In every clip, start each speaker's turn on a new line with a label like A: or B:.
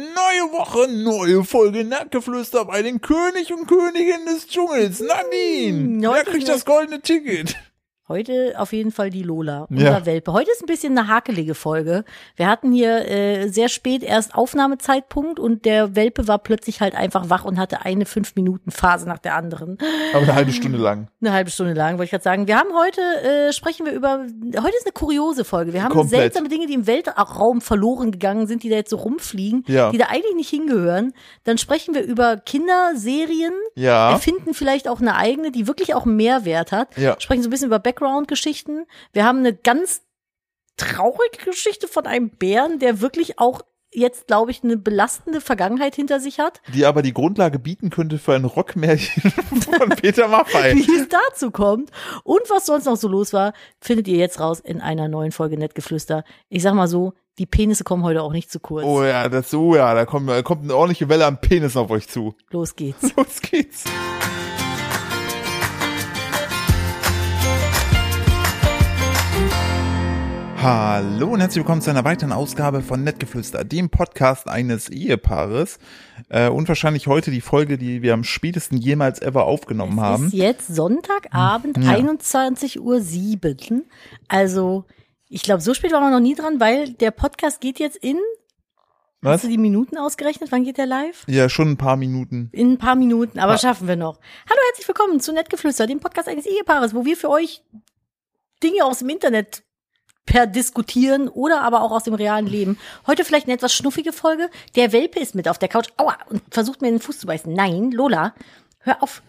A: Neue Woche, neue Folge Nacktgeflüster bei den König und Königin des Dschungels. Nadine,
B: Hm, Heute
A: wer kriegt das
B: nicht.
A: goldene Ticket?
B: Heute auf jeden Fall die Lola, unser
A: Ja.
B: Welpe. Heute ist ein bisschen eine hakelige Folge. Wir hatten hier äh, sehr spät erst Aufnahmezeitpunkt und der Welpe war plötzlich halt einfach wach und hatte eine fünf Minuten Phase nach der anderen.
A: Aber eine halbe Stunde lang.
B: Eine halbe Stunde lang, wollte ich gerade sagen. Wir haben heute, äh, sprechen wir über, heute ist eine kuriose Folge. Wir haben
A: Komplett.
B: seltsame Dinge, die im Weltraum verloren gegangen sind, die da jetzt so rumfliegen,
A: Ja.
B: die da eigentlich nicht hingehören. Dann sprechen wir über Kinderserien,
A: Ja.
B: erfinden vielleicht auch eine eigene, die wirklich auch einen Mehrwert hat.
A: Ja.
B: Sprechen so ein bisschen über Background-Geschichten. Wir haben eine ganz traurige Geschichte von einem Bären, der wirklich auch jetzt, glaube ich, eine belastende Vergangenheit hinter sich hat.
A: Die aber die Grundlage bieten könnte für ein Rockmärchen von Peter Maffay.
B: Wie es dazu kommt und was sonst noch so los war, findet ihr jetzt raus in einer neuen Folge Nettgeflüster. Ich sag mal so, die Penisse kommen heute auch nicht zu kurz.
A: Oh ja, das, oh ja, da kommt, da kommt eine ordentliche Welle am Penis auf euch zu.
B: Los geht's.
A: Los geht's. Hallo und herzlich willkommen zu einer weiteren Ausgabe von Nettgeflüster, dem Podcast eines Ehepaares. Äh, und wahrscheinlich heute die Folge, die wir am spätesten jemals ever aufgenommen
B: Ist
A: haben.
B: jetzt Sonntagabend, 21.07 Uhr. Also, ich glaube, so spät waren wir noch nie dran, weil der Podcast geht jetzt in, hast
A: Was?
B: du die Minuten ausgerechnet? Wann geht der live?
A: Ja, schon ein paar Minuten.
B: In ein paar Minuten, aber schaffen wir noch. Hallo, herzlich willkommen zu Nettgeflüster, dem Podcast eines Ehepaares, wo wir für euch Dinge aus dem Internet per diskutieren oder aber auch aus dem realen Leben. Heute vielleicht eine etwas schnuffige Folge. Der Welpe ist mit auf der Couch. Aua, und versucht mir in den Fuß zu beißen. Nein, Lola, hör auf.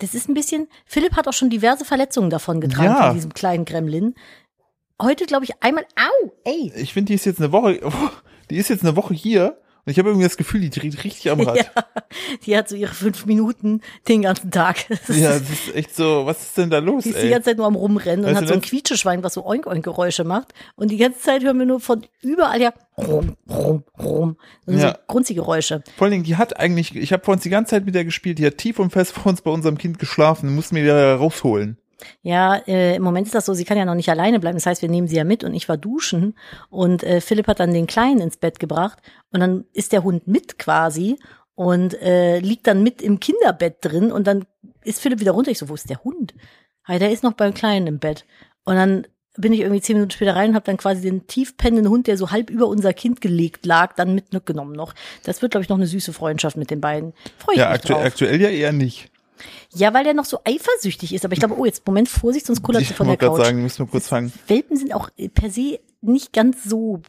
B: Das ist ein bisschen, Philipp hat auch schon diverse Verletzungen davon getragen,
A: Ja.
B: von diesem kleinen Gremlin. Heute, glaube ich, einmal, au, ey.
A: Ich finde, die ist jetzt eine Woche, die ist jetzt eine Woche hier und ich habe irgendwie das Gefühl, die dreht richtig am Rad.
B: Ja, die hat so ihre fünf Minuten den ganzen Tag. Das
A: Ja,
B: ist-
A: das ist echt so, was ist denn da los,
B: Die ist die
A: ey?
B: ganze Zeit nur am Rumrennen
A: Weißt
B: und
A: du
B: hat so ein
A: das?
B: Quietscheschwein, was so Oink-Oink-Geräusche macht. Und die ganze Zeit hören wir nur von überall her rum, rum, rum. Das sind
A: Ja.
B: so Grunzi-Geräusche.
A: Vor allen Dingen, die hat eigentlich, ich habe vor uns die ganze Zeit mit der gespielt, die hat tief und fest vor uns bei unserem Kind geschlafen, muss mir wieder rausholen.
B: Ja, äh, im Moment ist das so, sie kann ja noch nicht alleine bleiben. Das heißt, wir nehmen sie ja mit und ich war duschen und äh, Philipp hat dann den Kleinen ins Bett gebracht und dann ist der Hund mit quasi und äh, liegt dann mit im Kinderbett drin und dann ist Philipp wieder runter. Ich so, wo ist der Hund? Hey, der ist noch beim Kleinen im Bett. Und dann bin ich irgendwie zehn Minuten später rein und habe dann quasi den tiefpennenden Hund, der so halb über unser Kind gelegt lag, dann mitgenommen noch. Das wird, glaube ich, noch eine süße Freundschaft mit den beiden. Freue ich
A: Ja,
B: mich
A: aktu
B: drauf.
A: aktuell ja eher nicht.
B: Ja, weil der noch so eifersüchtig ist. Aber ich glaube, oh, jetzt Moment, Vorsicht, sonst kullert sie
A: Ich
B: von der
A: wollte
B: Couch.
A: gerade sagen, müssen wir kurz fangen.
B: Welpen sind auch äh, per se nicht ganz so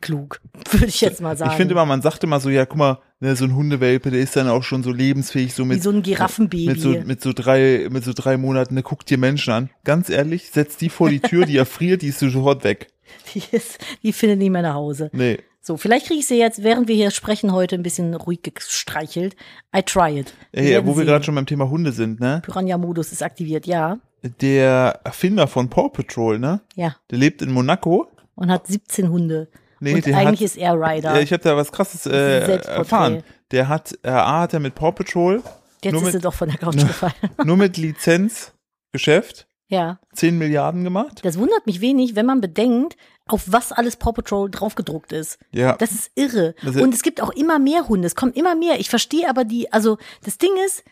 B: klug, würde ich jetzt mal sagen.
A: Ich finde immer, man sagt immer so, ja, guck mal, ne, so ein Hundewelpe, der ist dann auch schon so lebensfähig, so
B: wie
A: mit,
B: so ein Giraffenbaby.
A: mit, so, mit so drei, mit so drei Monaten, ne, guck dir Menschen an. Ganz ehrlich, setz die vor die Tür, die erfriert, die ist sofort weg.
B: die, ist, die findet nie mehr nach Hause.
A: Nee.
B: So, vielleicht kriege ich sie jetzt, während wir hier sprechen, heute ein bisschen ruhig gestreichelt. I try it.
A: Ey,
B: werden
A: wo wir
B: sehen.
A: gerade schon beim Thema Hunde sind, ne?
B: Piranha-Modus ist aktiviert, ja.
A: Der Erfinder von Paw Patrol, ne?
B: Ja.
A: Der lebt in Monaco.
B: Und hat 17 Hunde.
A: Nee,
B: und
A: der
B: eigentlich
A: hat-
B: ist er Rider.
A: Ja, ich habe da was krasses äh,
B: ein Selbstporträt.
A: erfahren. Der hat, äh, A hat er mit Paw Patrol,
B: jetzt
A: nur
B: ist
A: mit-
B: sie doch von der Couch gefallen.
A: nur mit Lizenzgeschäft,
B: ja.
A: 10 Milliarden gemacht.
B: Das wundert mich wenig, wenn man bedenkt, auf was alles Paw Patrol draufgedruckt ist.
A: Ja.
B: Das ist irre.
A: Das ist-
B: und es gibt auch immer mehr Hunde. Es kommen immer mehr. Ich verstehe aber die, also das Ding ist,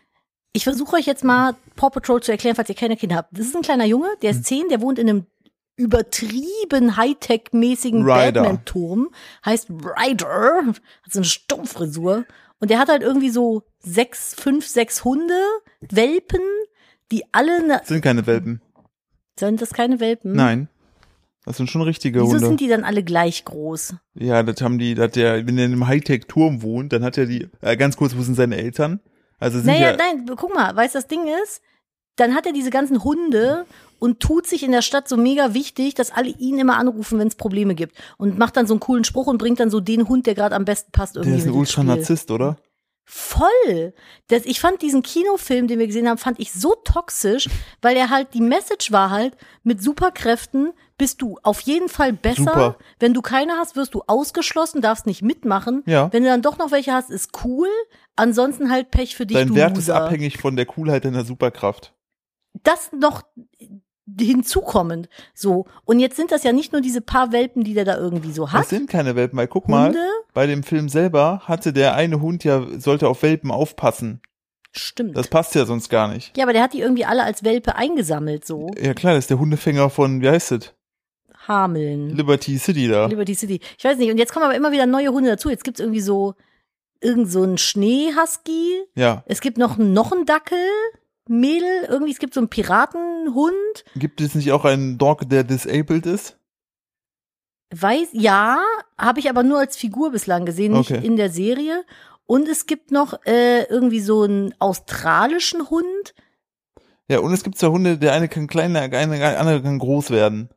B: ich versuche euch jetzt mal Paw Patrol zu erklären, falls ihr keine Kinder habt. Das ist ein kleiner Junge, der
A: Hm.
B: ist zehn, der wohnt in einem übertrieben Hightech-mäßigen
A: Ryder.
B: Batman-Turm. Heißt Ryder. Hat so eine Stummfrisur. Und der hat halt irgendwie so sechs, fünf, sechs Hunde, Welpen, die alle, eine,
A: sind keine Welpen.
B: sind das keine Welpen?
A: Nein. Das sind schon richtige
B: Mhm. Wieso
A: Hunde.
B: sind die dann alle gleich groß?
A: ja, das haben die, dass der, wenn er in einem Hightech-Turm wohnt, dann hat er die, äh, ganz kurz, wo sind seine Eltern? Also sind
B: Naja,
A: ja,
B: nein, guck mal, weißt du, das Ding ist, dann hat er diese ganzen Hunde und tut sich in der Stadt so mega wichtig, dass alle ihn immer anrufen, wenn es Probleme gibt. Und macht dann so einen coolen Spruch und bringt dann so den Hund, der gerade am besten passt, irgendwie.
A: der ist ein
B: mit ins Spiel.
A: Ultranarzist, oder?
B: Voll! Das, ich fand diesen Kinofilm, den wir gesehen haben, fand ich so toxisch, weil er halt, die Message war halt, mit Superkräften bist du auf jeden Fall besser.
A: Super.
B: Wenn du keine hast, wirst du ausgeschlossen, darfst nicht mitmachen.
A: Ja.
B: Wenn du dann doch noch welche hast, ist cool. Ansonsten halt Pech für dich,
A: Dein
B: du
A: Wert ist
B: Loser.
A: abhängig von der Coolheit deiner Superkraft.
B: das noch hinzukommend. So. Und jetzt sind das ja nicht nur diese paar Welpen, die der da irgendwie so hat.
A: Das sind keine Welpen, weil guck mal,
B: Hunde.
A: bei dem Film selber hatte der eine Hund ja, sollte auf Welpen aufpassen.
B: Stimmt.
A: Das passt ja sonst gar nicht.
B: ja, aber der hat die irgendwie alle als Welpe eingesammelt, so.
A: Ja klar, das ist der Hundefänger von, wie heißt das?
B: Hameln.
A: Liberty City da.
B: Liberty City. Ich weiß nicht. Und jetzt kommen aber immer wieder neue Hunde dazu. Jetzt gibt's irgendwie so, irgend so einen Schneehusky.
A: Ja.
B: Es gibt noch, noch einen Dackel. Mädel, irgendwie, es gibt so einen Piratenhund,
A: Gibt es nicht auch einen Dog, der disabled ist?
B: weiß, ja, habe ich aber nur als Figur bislang gesehen, nicht
A: Okay.
B: in der Serie. Und es gibt noch äh, irgendwie so einen australischen Hund.
A: Ja, und es gibt zwei Hunde, der eine kann klein, der eine, der andere kann groß werden.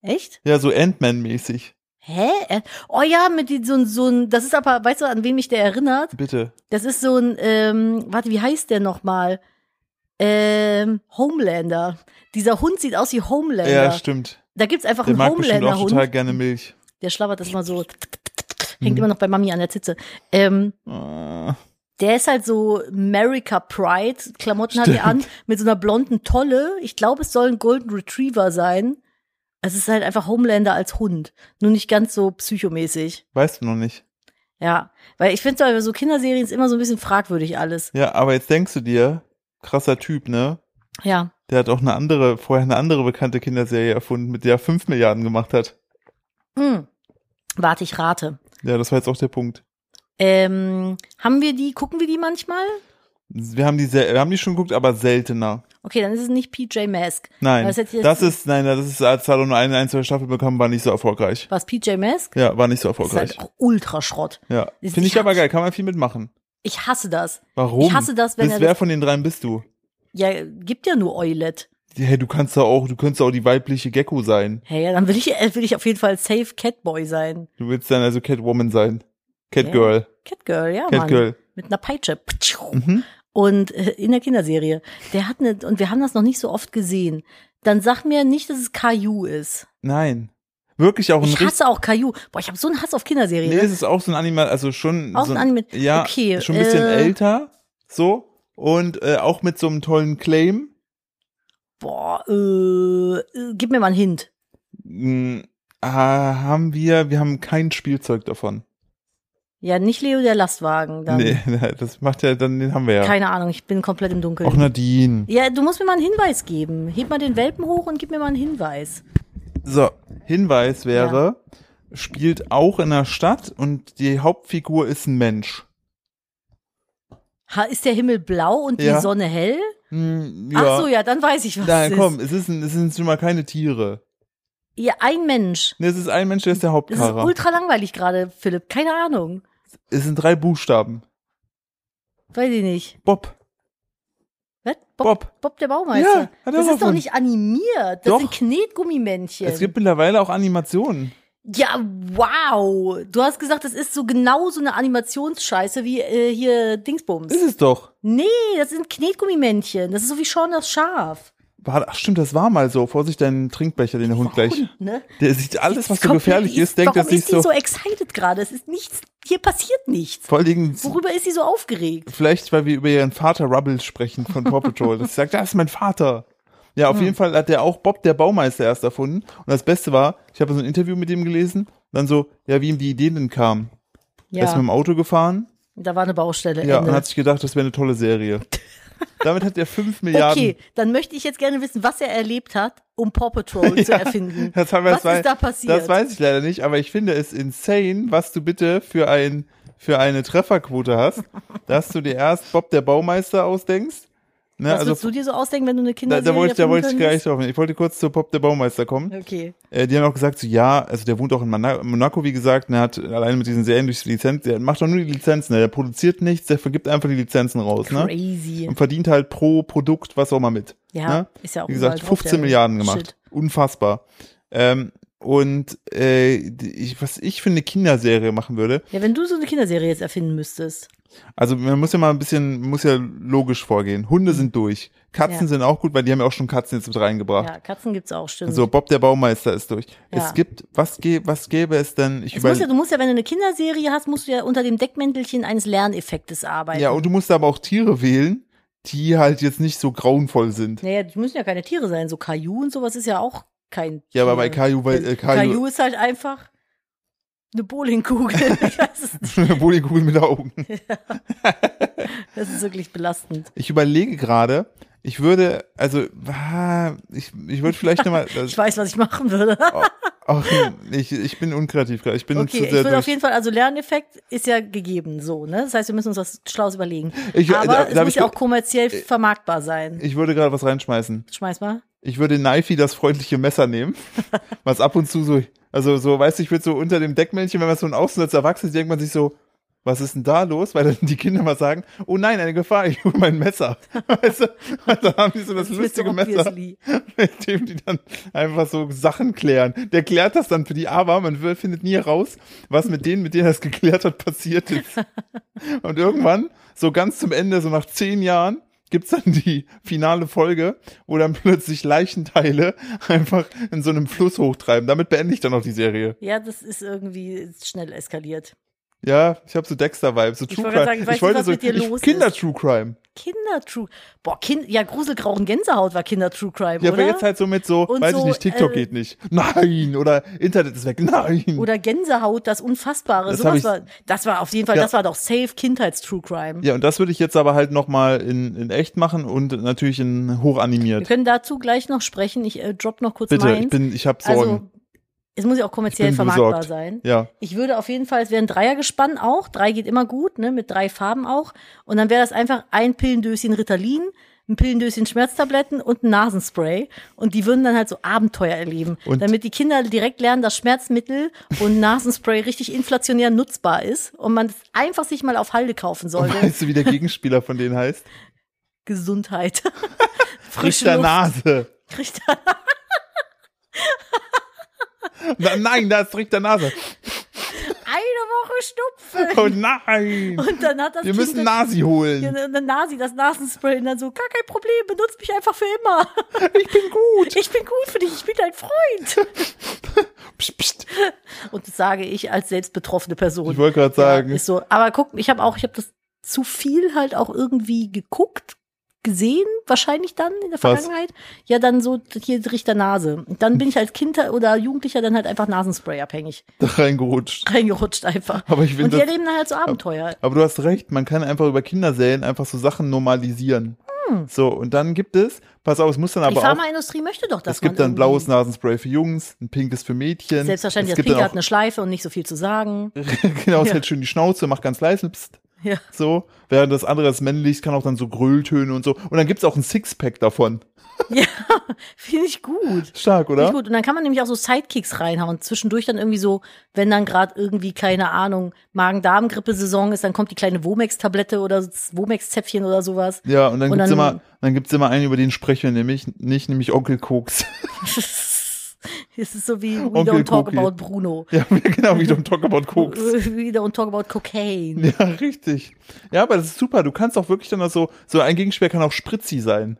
B: Echt?
A: Ja, so Ant-Man-mäßig.
B: Hä? Äh, Oh ja, mit die, so ein, so ein, das ist aber, weißt du, an wen mich der erinnert?
A: Bitte.
B: Das ist so ein, ähm, warte, wie heißt der nochmal? Ähm, Homelander. Dieser Hund sieht aus wie Homelander.
A: Ja, stimmt.
B: da gibt's einfach
A: Der
B: einen
A: mag bestimmt auch total
B: Homelander-Hund.
A: gerne Milch.
B: Der schlabbert das mal so, hängt
A: Mhm.
B: immer noch bei Mami an der Zitze. Ähm,
A: Ah,
B: der ist halt so America Pride, Klamotten hat er an, mit so einer blonden Tolle. Ich glaube, es soll ein Golden Retriever sein. Es ist halt einfach Homelander als Hund. Nur nicht ganz so psychomäßig.
A: weißt du noch nicht.
B: Ja, weil ich finde bei so Kinderserien ist immer so ein bisschen fragwürdig alles.
A: Ja, aber jetzt denkst du dir, krasser Typ, ne?
B: Ja.
A: Der hat auch eine andere, vorher eine andere bekannte Kinderserie erfunden, mit der er 5 Milliarden gemacht hat.
B: Hm. Warte, ich rate.
A: Ja, das war jetzt auch der Punkt.
B: Ähm, haben wir die, gucken wir die manchmal?
A: Wir haben die, sehr, wir haben die schon geguckt, aber seltener.
B: Okay, dann ist es nicht PJ Mask.
A: Nein,
B: Was
A: das,
B: hätte ich jetzt-
A: ist, nein, das ist, als Salon nur eine einzelne Staffel bekommen, war nicht so erfolgreich.
B: Was PJ Mask?
A: Ja, war nicht so
B: Das ist
A: erfolgreich.
B: halt auch Ultraschrott.
A: Ja,
B: Ist-
A: finde
B: ich
A: ich aber
B: hab's-
A: geil, kann man viel mitmachen.
B: Ich hasse das.
A: Warum?
B: Ich hasse das, wenn
A: bist,
B: er
A: Wer
B: das-
A: von den dreien bist du?
B: Ja, gibt ja nur Eulet.
A: Hey, du kannst da auch, du könntest auch die weibliche Gecko sein.
B: Hey, ja, dann will ich, äh, will ich auf jeden Fall Safe Catboy sein.
A: Du willst dann also Catwoman sein. Catgirl.
B: Catgirl, ja, Mann.
A: Catgirl.
B: Mit einer Peitsche. Ptschuh.
A: Mhm.
B: Und äh, in der Kinderserie. Der hat eine, und wir haben das noch nicht so oft gesehen. Dann sag mir nicht, dass es Caillou ist.
A: Nein. Wirklich auch ein
B: Ich
A: richtig.
B: hasse auch Caillou. Boah, ich habe so einen Hass auf Kinderserien.
A: Nee, es ist auch so ein Animal, also schon.
B: Auch
A: so
B: ein Anime-
A: Ja,
B: okay,
A: schon ein bisschen
B: äh.
A: älter. So. Und äh, auch mit so einem tollen Claim.
B: Boah, äh, äh, gib mir mal einen Hint.
A: Mh, ah, haben wir, wir haben kein Spielzeug davon.
B: Ja, nicht Leo der Lastwagen. Dann.
A: Nee, das macht ja, dann den haben wir ja.
B: Keine Ahnung, ich bin komplett im Dunkeln.
A: auch ne- Nadine.
B: ja, du musst mir mal einen Hinweis geben. Heb mal den Welpen hoch und gib mir mal einen Hinweis.
A: So, Hinweis wäre, spielt auch in der Stadt und die Hauptfigur ist ein Mensch.
B: Ha, ist der Himmel blau und die
A: Ja.
B: Sonne hell?
A: Hm,
B: Ach so, ja, dann weiß ich, was
A: Nein,
B: es
A: komm,
B: ist.
A: es, ist ein, es sind schon mal keine Tiere.
B: Ja, ein Mensch.
A: Nee, es ist ein Mensch, der ist der
B: Das
A: Hauptcharakter.
B: ist ultra langweilig gerade, Philipp. Keine Ahnung.
A: es sind drei Buchstaben.
B: Weiß ich nicht.
A: Bob.
B: Was?
A: Bob.
B: Bob der Baumeister.
A: Ja, hat er
B: das
A: auch
B: ist doch
A: von-
B: nicht animiert. Das
A: Doch.
B: sind Knetgummimännchen.
A: Es gibt mittlerweile auch Animationen.
B: Ja, wow. Du hast gesagt, das ist so genau so eine Animationsscheiße wie äh, hier
A: Ist
B: Dingsbums.
A: es doch.
B: Nee, das sind Knetgummimännchen. Das ist so wie Sean das Schaf.
A: War, ach stimmt, das war mal so. Vorsicht, deinen Trinkbecher, den der Hund gleich.
B: Hund, ne?
A: Der sieht alles, was so
B: Komplett
A: gefährlich ist, denkt er
B: Warum
A: sich
B: ist die so,
A: so.
B: excited gerade? Es ist nichts, hier passiert nichts.
A: Vor allen Dingen,
B: Worüber ist sie so aufgeregt?
A: vielleicht, weil wir über ihren Vater Rubble sprechen von Paw Patrol. Das sagt, das ist mein Vater. Ja, auf jeden Fall hat der auch Bob, der Baumeister, erst erfunden. Und das Beste war, ich habe so ein Interview mit ihm gelesen. Dann so, ja, wie ihm die Ideen denn kamen. Er ist mit
B: Ja,
A: dem Auto gefahren.
B: da war eine Baustelle.
A: Ja, und
B: Ende.
A: hat sich gedacht, das wäre eine tolle Serie. Damit hat er 5 Milliarden.
B: Okay, dann möchte ich jetzt gerne wissen, was er erlebt hat, um Paw Patrol zu erfinden.
A: Das haben wir
B: was
A: zwei,
B: ist da passiert?
A: Das weiß ich leider nicht, aber ich finde es insane, was du bitte für, ein, für eine Trefferquote hast, dass du dir erst Bob der Baumeister ausdenkst. Ne,
B: was
A: also
B: würdest du dir so ausdenken, wenn du
A: da,
B: eine Kinderserie
A: da wollte ich, da
B: erfinden
A: wollte ich gleich
B: könntest?
A: drauf. hin. Ich wollte kurz zu Bob der Baumeister kommen.
B: Okay.
A: Äh, die haben auch gesagt, so, ja, also der wohnt auch in Mana- Monaco, wie gesagt, und er hat alleine mit diesen Serien durch die Lizenz, der macht doch nur die Lizenzen, ne, der produziert nichts, der vergibt einfach die Lizenzen raus, ne?
B: Crazy.
A: Und verdient halt pro Produkt was auch immer mit.
B: Ja,
A: ne?
B: ist ja auch
A: wie gesagt,
B: überall drauf,
A: 15
B: der
A: Milliarden gemacht.
B: Shit.
A: Unfassbar. Ähm, und äh, die- ich, was ich für eine Kinderserie machen würde,
B: Ja, wenn du so eine Kinderserie jetzt erfinden müsstest.
A: also man muss ja mal ein bisschen, muss ja logisch vorgehen. Hunde sind durch. Katzen
B: Mhm. Ja.
A: sind auch gut, weil die haben ja auch schon Katzen jetzt mit reingebracht.
B: Ja, Katzen gibt's auch, stimmt.
A: so, Bob der Baumeister ist durch.
B: Ja.
A: Es gibt, was, gä- was gäbe es denn? Ich
B: es muss ja,
A: überle-
B: du musst ja, wenn du eine Kinderserie hast, musst du ja unter dem Deckmäntelchen eines Lerneffektes arbeiten.
A: ja, und du musst aber auch Tiere wählen, die halt jetzt nicht so grauenvoll sind.
B: Naja, die müssen ja keine Tiere sein. So Caillou und sowas ist ja auch kein
A: Ja, aber bei
B: Tier.
A: Caillou, weil äh, Caillou,
B: Caillou ist halt einfach eine Bowlingkugel. Ich weiß es nicht.
A: Bolikugeln mit Augen.
B: Das ist wirklich belastend.
A: Ich überlege gerade, ich würde, also, ah, ich, ich würde vielleicht nochmal,
B: Ich weiß, was ich machen würde.
A: auch, ich, ich bin unkreativ gerade, ich bin
B: Okay,
A: zu
B: ich
A: sehr
B: würde auf
A: durch.
B: jeden Fall, also Lerneffekt ist ja gegeben, so, ne? Das heißt, wir müssen uns was Schlaues überlegen.
A: Ich- äh,
B: Aber
A: da-
B: es
A: darf
B: muss
A: ich
B: ja
A: ge- Äh,
B: auch kommerziell vermarktbar sein.
A: Ich würde gerade was reinschmeißen.
B: Schmeiß mal.
A: Ich würde Knifey das freundliche Messer nehmen, was ab und zu so, also so, weißt du, ich würde so unter dem Deckmännchen, wenn man so ein Außensetzer erwachsen ist, denkt man sich so, was ist denn da los? Weil dann die Kinder mal sagen, oh nein, eine Gefahr, ich hole mein Messer. Weißt du? Und dann haben die so das,
B: ist mir
A: lustige
B: so
A: Messer,
B: obviously.
A: mit dem die dann einfach so Sachen klären. Der klärt das dann für die Aber, man wird- findet nie raus, was mit denen, mit denen er es geklärt hat, passiert ist. Und irgendwann, so ganz zum Ende, so nach zehn Jahren, gibt's dann die finale Folge, wo dann plötzlich Leichenteile einfach in so einem Fluss hochtreiben. Damit beende ich dann auch die Serie.
B: Ja, das ist irgendwie schnell eskaliert.
A: Ja, ich habe so Dexter-Vibes, so True
B: wollte gerade
A: Crime.
B: sagen, weißt
A: ich
B: du,
A: wollte
B: was
A: so
B: mit dir los
A: ich, Kinder-True Crime.
B: Kinder-True. Boah, kind, ja, Gruselgrauchen Gänsehaut war Kinder-True Crime,
A: Ja, aber
B: oder?
A: jetzt halt so mit so,
B: Und
A: weiß
B: so,
A: ich nicht, TikTok
B: äh,
A: geht nicht. Nein! Oder Internet ist weg. Nein!
B: oder Gänsehaut, das Unfassbare.
A: Das hab
B: Sowas
A: ich-
B: war, das war auf jeden Fall,
A: Ja.
B: das war doch safe Kindheits-True Crime.
A: Ja, und das würde ich jetzt aber halt nochmal in, in echt machen und natürlich in
B: Wir
A: hochanimiert.
B: können dazu gleich noch sprechen. Ich äh, drop noch kurz
A: Äh, Bitte,
B: meins.
A: ich bin, ich habe Sorgen.
B: also, es muss ja auch kommerziell
A: bin
B: vermarktbar
A: besorgt.
B: sein.
A: ja.
B: Ich würde auf jeden Fall, es wäre ein Dreiergespann auch. Drei geht immer gut, ne, mit drei Farben auch. Und dann wäre das einfach ein Pillendöschen Ritalin, ein Pillendöschen Schmerztabletten und ein Nasenspray. Und die würden dann halt so Abenteuer erleben.
A: Und-
B: damit die Kinder direkt lernen, dass Schmerzmittel und Nasenspray richtig inflationär nutzbar ist und man es einfach sich mal auf Halde kaufen sollte.
A: Weißt du, wie der Gegenspieler von denen heißt?
B: Gesundheit.
A: Richter
B: Luft.
A: Nase.
B: Richter.
A: Na, nein, da ist Richter Nase.
B: Eine Woche Schnupfen.
A: Oh nein!
B: Und dann hat das
A: Wir
B: Kind
A: müssen
B: dann-
A: Nasi holen.
B: Ja, ne. dann Nasi, das Nasenspray und dann so, gar kein Problem, benutzt mich einfach für immer.
A: Ich bin gut.
B: Ich bin gut für dich, ich bin dein Freund.
A: Psst, psst.
B: Und das sage ich als selbst betroffene Person.
A: Ich wollte gerade sagen.
B: Ja, ist so. Aber guck, ich habe auch, ich habe das zu viel halt auch irgendwie geguckt, gesehen, wahrscheinlich dann in der
A: Was?
B: Vergangenheit. Ja, dann so hier Richter Nase. Und dann bin ich als Kind oder Jugendlicher dann halt einfach Nasenspray abhängig.
A: Da reingerutscht.
B: Reingerutscht einfach.
A: Aber ich
B: Und
A: finde
B: die
A: das.
B: erleben dann halt so Abenteuer.
A: Aber du hast recht, man kann einfach über Kinderserien einfach so Sachen normalisieren.
B: Hm.
A: So, und dann gibt es, pass auf, es muss dann
B: Die
A: aber auch,
B: Pharmaindustrie möchte doch, dass
A: es gibt
B: man
A: dann
B: irgendwie-
A: blaues Nasenspray für Jungs, ein pinkes für Mädchen.
B: Selbstverständlich,
A: es
B: das
A: gibt
B: Pinke
A: dann
B: hat eine Schleife und nicht so viel zu sagen.
A: auch, genau, es hält schön die Schnauze, macht ganz leise, pst,
B: Ja.
A: so. Während das andere ist männlich, kann auch dann so Gröhltöne und so. Und dann gibt's auch ein Sixpack davon.
B: Ja, finde ich gut.
A: Stark,
B: Finde
A: oder?
B: ich gut. Und dann kann man nämlich auch so Sidekicks reinhauen. Zwischendurch dann irgendwie so, wenn dann gerade irgendwie, keine Ahnung, Magen-Darm-Grippe-Saison ist, dann kommt die kleine Womex-Tablette oder das Womex-Zäpfchen oder sowas.
A: Ja, und dann
B: Und
A: gibt's
B: dann-
A: immer, dann gibt's immer einen, über den sprechen wir nämlich nicht, nämlich Onkel Koks.
B: es ist so wie We
A: Onkel
B: Don't Talk
A: Cookie.
B: About Bruno.
A: ja, genau, wie don't talk about Koks.
B: We Don't Talk About Cocaine.
A: Ja, richtig. Ja, aber das ist super. Du kannst auch wirklich dann auch so, so ein Gegenspieler kann auch Spritzi sein.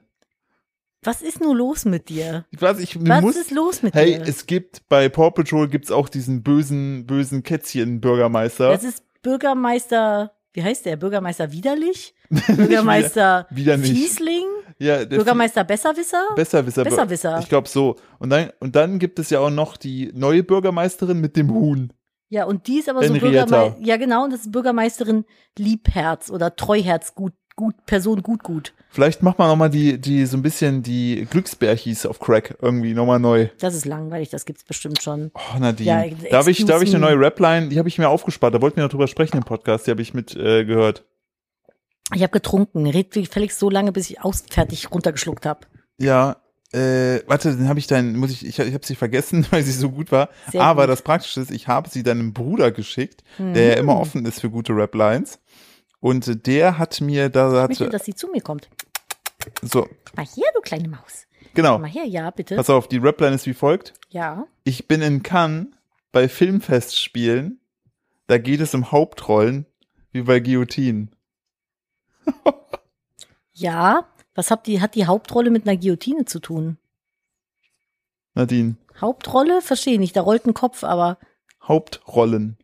B: Was ist nur los mit dir?
A: Ich weiß, ich
B: Was
A: muss.
B: ist los mit
A: hey,
B: dir?
A: es gibt bei Paw Patrol gibt's auch diesen bösen, bösen Kätzchen-Bürgermeister.
B: Das ist Bürgermeister, wie heißt der? Bürgermeister widerlich? Bürgermeister
A: wieder- widerlich.
B: Fiesling?
A: Ja, der
B: Bürgermeister Besserwisser?
A: Besserwisser.
B: Besserwisser.
A: Ich glaube so. Und dann, und dann gibt es ja auch noch die neue Bürgermeisterin mit dem Huhn.
B: Ja, und die ist aber so
A: Henrietta.
B: Bürgermeister. Ja, genau, und das ist Bürgermeisterin Liebherz oder Treuherz, gut, gut, Person gut, gut.
A: Vielleicht macht man nochmal die, die, so ein bisschen die Glücksbärchis auf Crack irgendwie nochmal neu.
B: Das ist langweilig, das gibt's bestimmt schon.
A: Oh, Nadine.
B: Ja,
A: darf, ich,
B: excuse
A: darf ich eine
B: me.
A: neue Rapline? Die habe ich mir aufgespart. Da wollten wir noch drüber sprechen im Podcast. Die habe ich mit äh, gehört.
B: Ich habe getrunken, red wie Felix so lange, bis ich aus fertig runtergeschluckt habe.
A: Ja, äh, warte, dann habe ich deinen, muss ich, ich, ich habe sie vergessen, weil sie so gut Ah, war.
B: Sehr
A: Aber
B: gut. Mhm.
A: das Praktische ist, ich habe sie deinem Bruder geschickt, der ja immer offen ist für gute Raplines. Und äh, der hat mir, da
B: Ich möchte,
A: hat,
B: dass sie zu mir kommt.
A: so,
B: Mal hier, du kleine Maus.
A: genau.
B: Mal her, ja, bitte.
A: Pass auf, die Rapline ist wie folgt.
B: Ja.
A: Ich bin in Cannes bei Filmfestspielen. Da geht es um Hauptrollen, wie bei Guillotine.
B: Ja. Was hat die, hat die Hauptrolle mit einer Guillotine zu tun?
A: Nadine,
B: Hauptrolle? Verstehe nicht, da rollt ein Kopf, aber
A: Hauptrollen.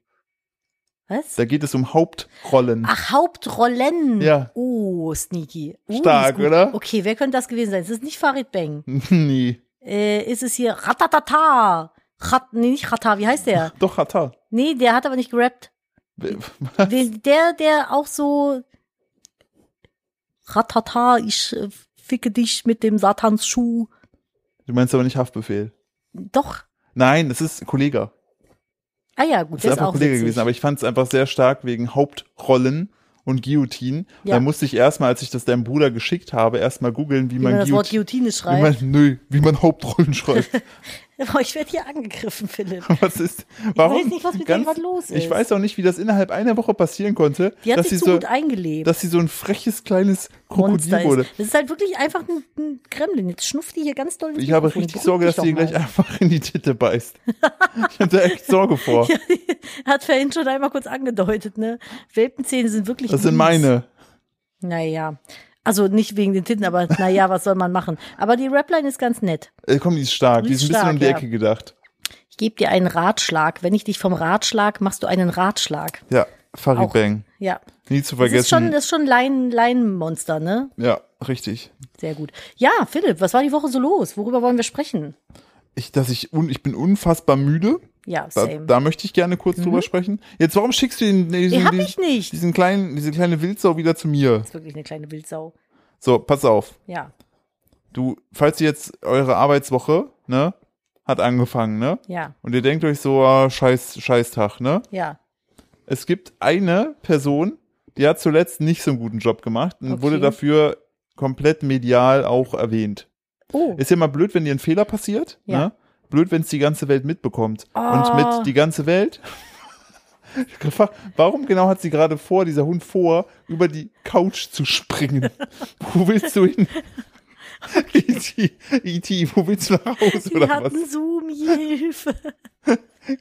B: was?
A: Da geht es um Hauptrollen.
B: Ah. Ach, Hauptrollen.
A: Ja.
B: Oh, Oh, sneaky. Uh,
A: Stark,
B: ist gut.
A: oder?
B: Okay, wer könnte das gewesen sein? Es ist nicht Farid Bang.
A: nee.
B: Äh, ist es hier Ratatata? Rat, nee, nicht Rata, wie heißt der?
A: Doch, Hatta.
B: Nee, der hat aber nicht gerappt.
A: Was?
B: Den- Der, der auch so Ratata, ich äh, ficke dich mit dem Satansschuh.
A: Du meinst aber nicht Haftbefehl.
B: Doch.
A: Nein, das ist ein Kollege.
B: Ah ja, gut,
A: Das ist
B: der ist
A: einfach
B: auch
A: ein Kollege
B: witzig.
A: gewesen. Aber ich fand es einfach sehr stark wegen Hauptrollen und Guillotine.
B: Ja.
A: Da musste ich erstmal, als ich das deinem Bruder geschickt habe, erstmal googeln, wie,
B: Wie man das Wort
A: Guillotine.
B: Guillotine schreibt.
A: Wie man, nö, wie man Hauptrollen schreibt.
B: Boah, ich werde hier angegriffen, Philipp.
A: Was ist, warum?
B: weiß nicht, was mit denen gerade los ist.
A: Ich weiß auch nicht, wie das innerhalb einer Woche passieren konnte,
B: Die hat
A: dass, sie
B: sich zu
A: so,
B: gut eingelebt.
A: dass sie so ein freches kleines
B: Monster
A: Krokodil wurde.
B: ist. Das ist halt wirklich einfach ein, ein Gremlin. Jetzt schnufft die hier ganz doll ins
A: Ich habe
B: Mikrofon.
A: richtig
B: Beruhig
A: Sorge,
B: dich
A: dass die ihr
B: doch
A: gleich
B: mal.
A: einfach in die Titte beißt. Ich habe da echt Sorge vor.
B: Hat vorhin schon einmal kurz angedeutet, ne? Welpenzähne sind wirklich
A: Das sind
B: mies.
A: meine.
B: Naja. Also nicht wegen den Titten, aber naja, was soll man machen? Aber die Rapline ist ganz nett.
A: Äh, komm, die ist stark. Die
B: Die
A: ist
B: ist
A: ein bisschen
B: stark,
A: um die
B: ja.
A: Ecke gedacht.
B: Ich gebe dir einen Ratschlag. Wenn ich dich vom Ratschlag, machst du einen Ratschlag.
A: Ja, Farid
B: Auch.
A: Bang.
B: Ja.
A: Nie zu
B: Das
A: vergessen.
B: ist schon, äh, das ist schon Leinen- Leinenmonster, ne?
A: ja, richtig.
B: Sehr gut. Ja, Philipp, was war die Woche so los? Worüber wollen wir sprechen?
A: Ich, dass ich, un, ich bin unfassbar müde.
B: Ja,
A: Da,
B: same.
A: da möchte ich gerne kurz drüber sprechen. Jetzt, warum schickst du den, diesen,
B: Die hab
A: diesen,
B: ich nicht.
A: diesen kleinen, diese kleine Wildsau wieder zu mir?
B: Das ist wirklich eine kleine Wildsau.
A: So, pass auf.
B: Ja,
A: Du, falls ihr jetzt eure Arbeitswoche, ne, hat angefangen, ne?
B: ja,
A: Und ihr denkt euch so, ah, scheiß, scheiß Tag, ne?
B: ja.
A: Es gibt eine Person, die hat zuletzt nicht so einen guten Job gemacht und
B: Okay.
A: wurde dafür komplett medial auch erwähnt.
B: Oh,
A: Ist ja mal blöd, wenn dir ein Fehler passiert.
B: Ja.
A: Ne? Blöd, wenn es die ganze Welt mitbekommt. Und
B: Ah.
A: mit die ganze Welt. Ich gefragt, Warum genau hat sie gerade vor, dieser Hund vor, über die Couch zu springen? Wo willst du hin? E E.T., E.T., wo willst du nach Hause
B: wir
A: oder was?
B: hatten Zoom-Hilfe.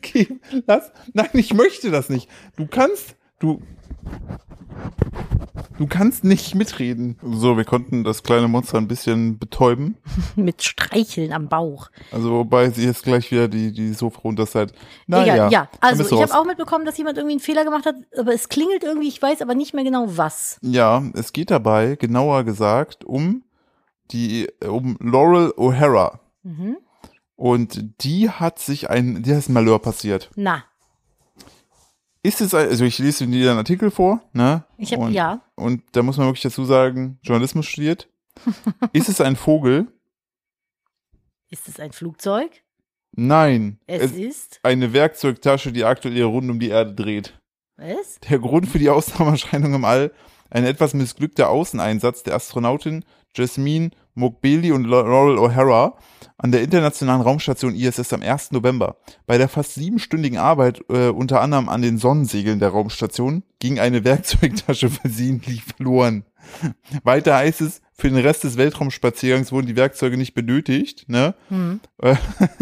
A: Geh, lass. Nein, ich möchte das nicht. Du kannst, du, du kannst nicht mitreden. So, wir konnten das kleine Monster ein bisschen betäuben.
B: Mit Streicheln am Bauch.
A: Also, wobei sie jetzt gleich wieder die, die Sofa runterslide. Naja,
B: Egal, ja.
A: dann
B: Also
A: bist du
B: ich habe
A: raus.
B: auch mitbekommen, dass jemand irgendwie einen Fehler gemacht hat, aber es klingelt irgendwie, ich weiß aber nicht mehr genau was.
A: Ja, es geht dabei, genauer gesagt, um die, um Laurel O'Hara.
B: Mhm.
A: Und die hat sich ein, die ist ein Malheur passiert.
B: Na,
A: Ist es, ein- also ich lese dir einen Artikel vor, ne?
B: ich habe
A: Und-
B: ja.
A: und da muss man wirklich dazu sagen, Journalismus studiert. ist es ein Vogel?
B: Ist es ein Flugzeug?
A: Nein. Es
B: Es,
A: ist
B: ist.
A: eine Werkzeugtasche, die aktuell ihre Runde um die Erde dreht.
B: Es?
A: Der Grund für die Ausnahmeerscheinung im All, ein etwas missglückter Außeneinsatz der Astronautin Jasmine Mokbeli und Lau- Laurel O'Hara an der internationalen Raumstation ISS am 1. November. Bei der fast siebenstündigen Arbeit, äh, unter anderem an den Sonnensegeln der Raumstation, ging eine Werkzeugtasche versehentlich verloren. Weiter heißt es, für den Rest des Weltraumspaziergangs wurden die Werkzeuge nicht benötigt, ne?
B: Hm.
A: Äh,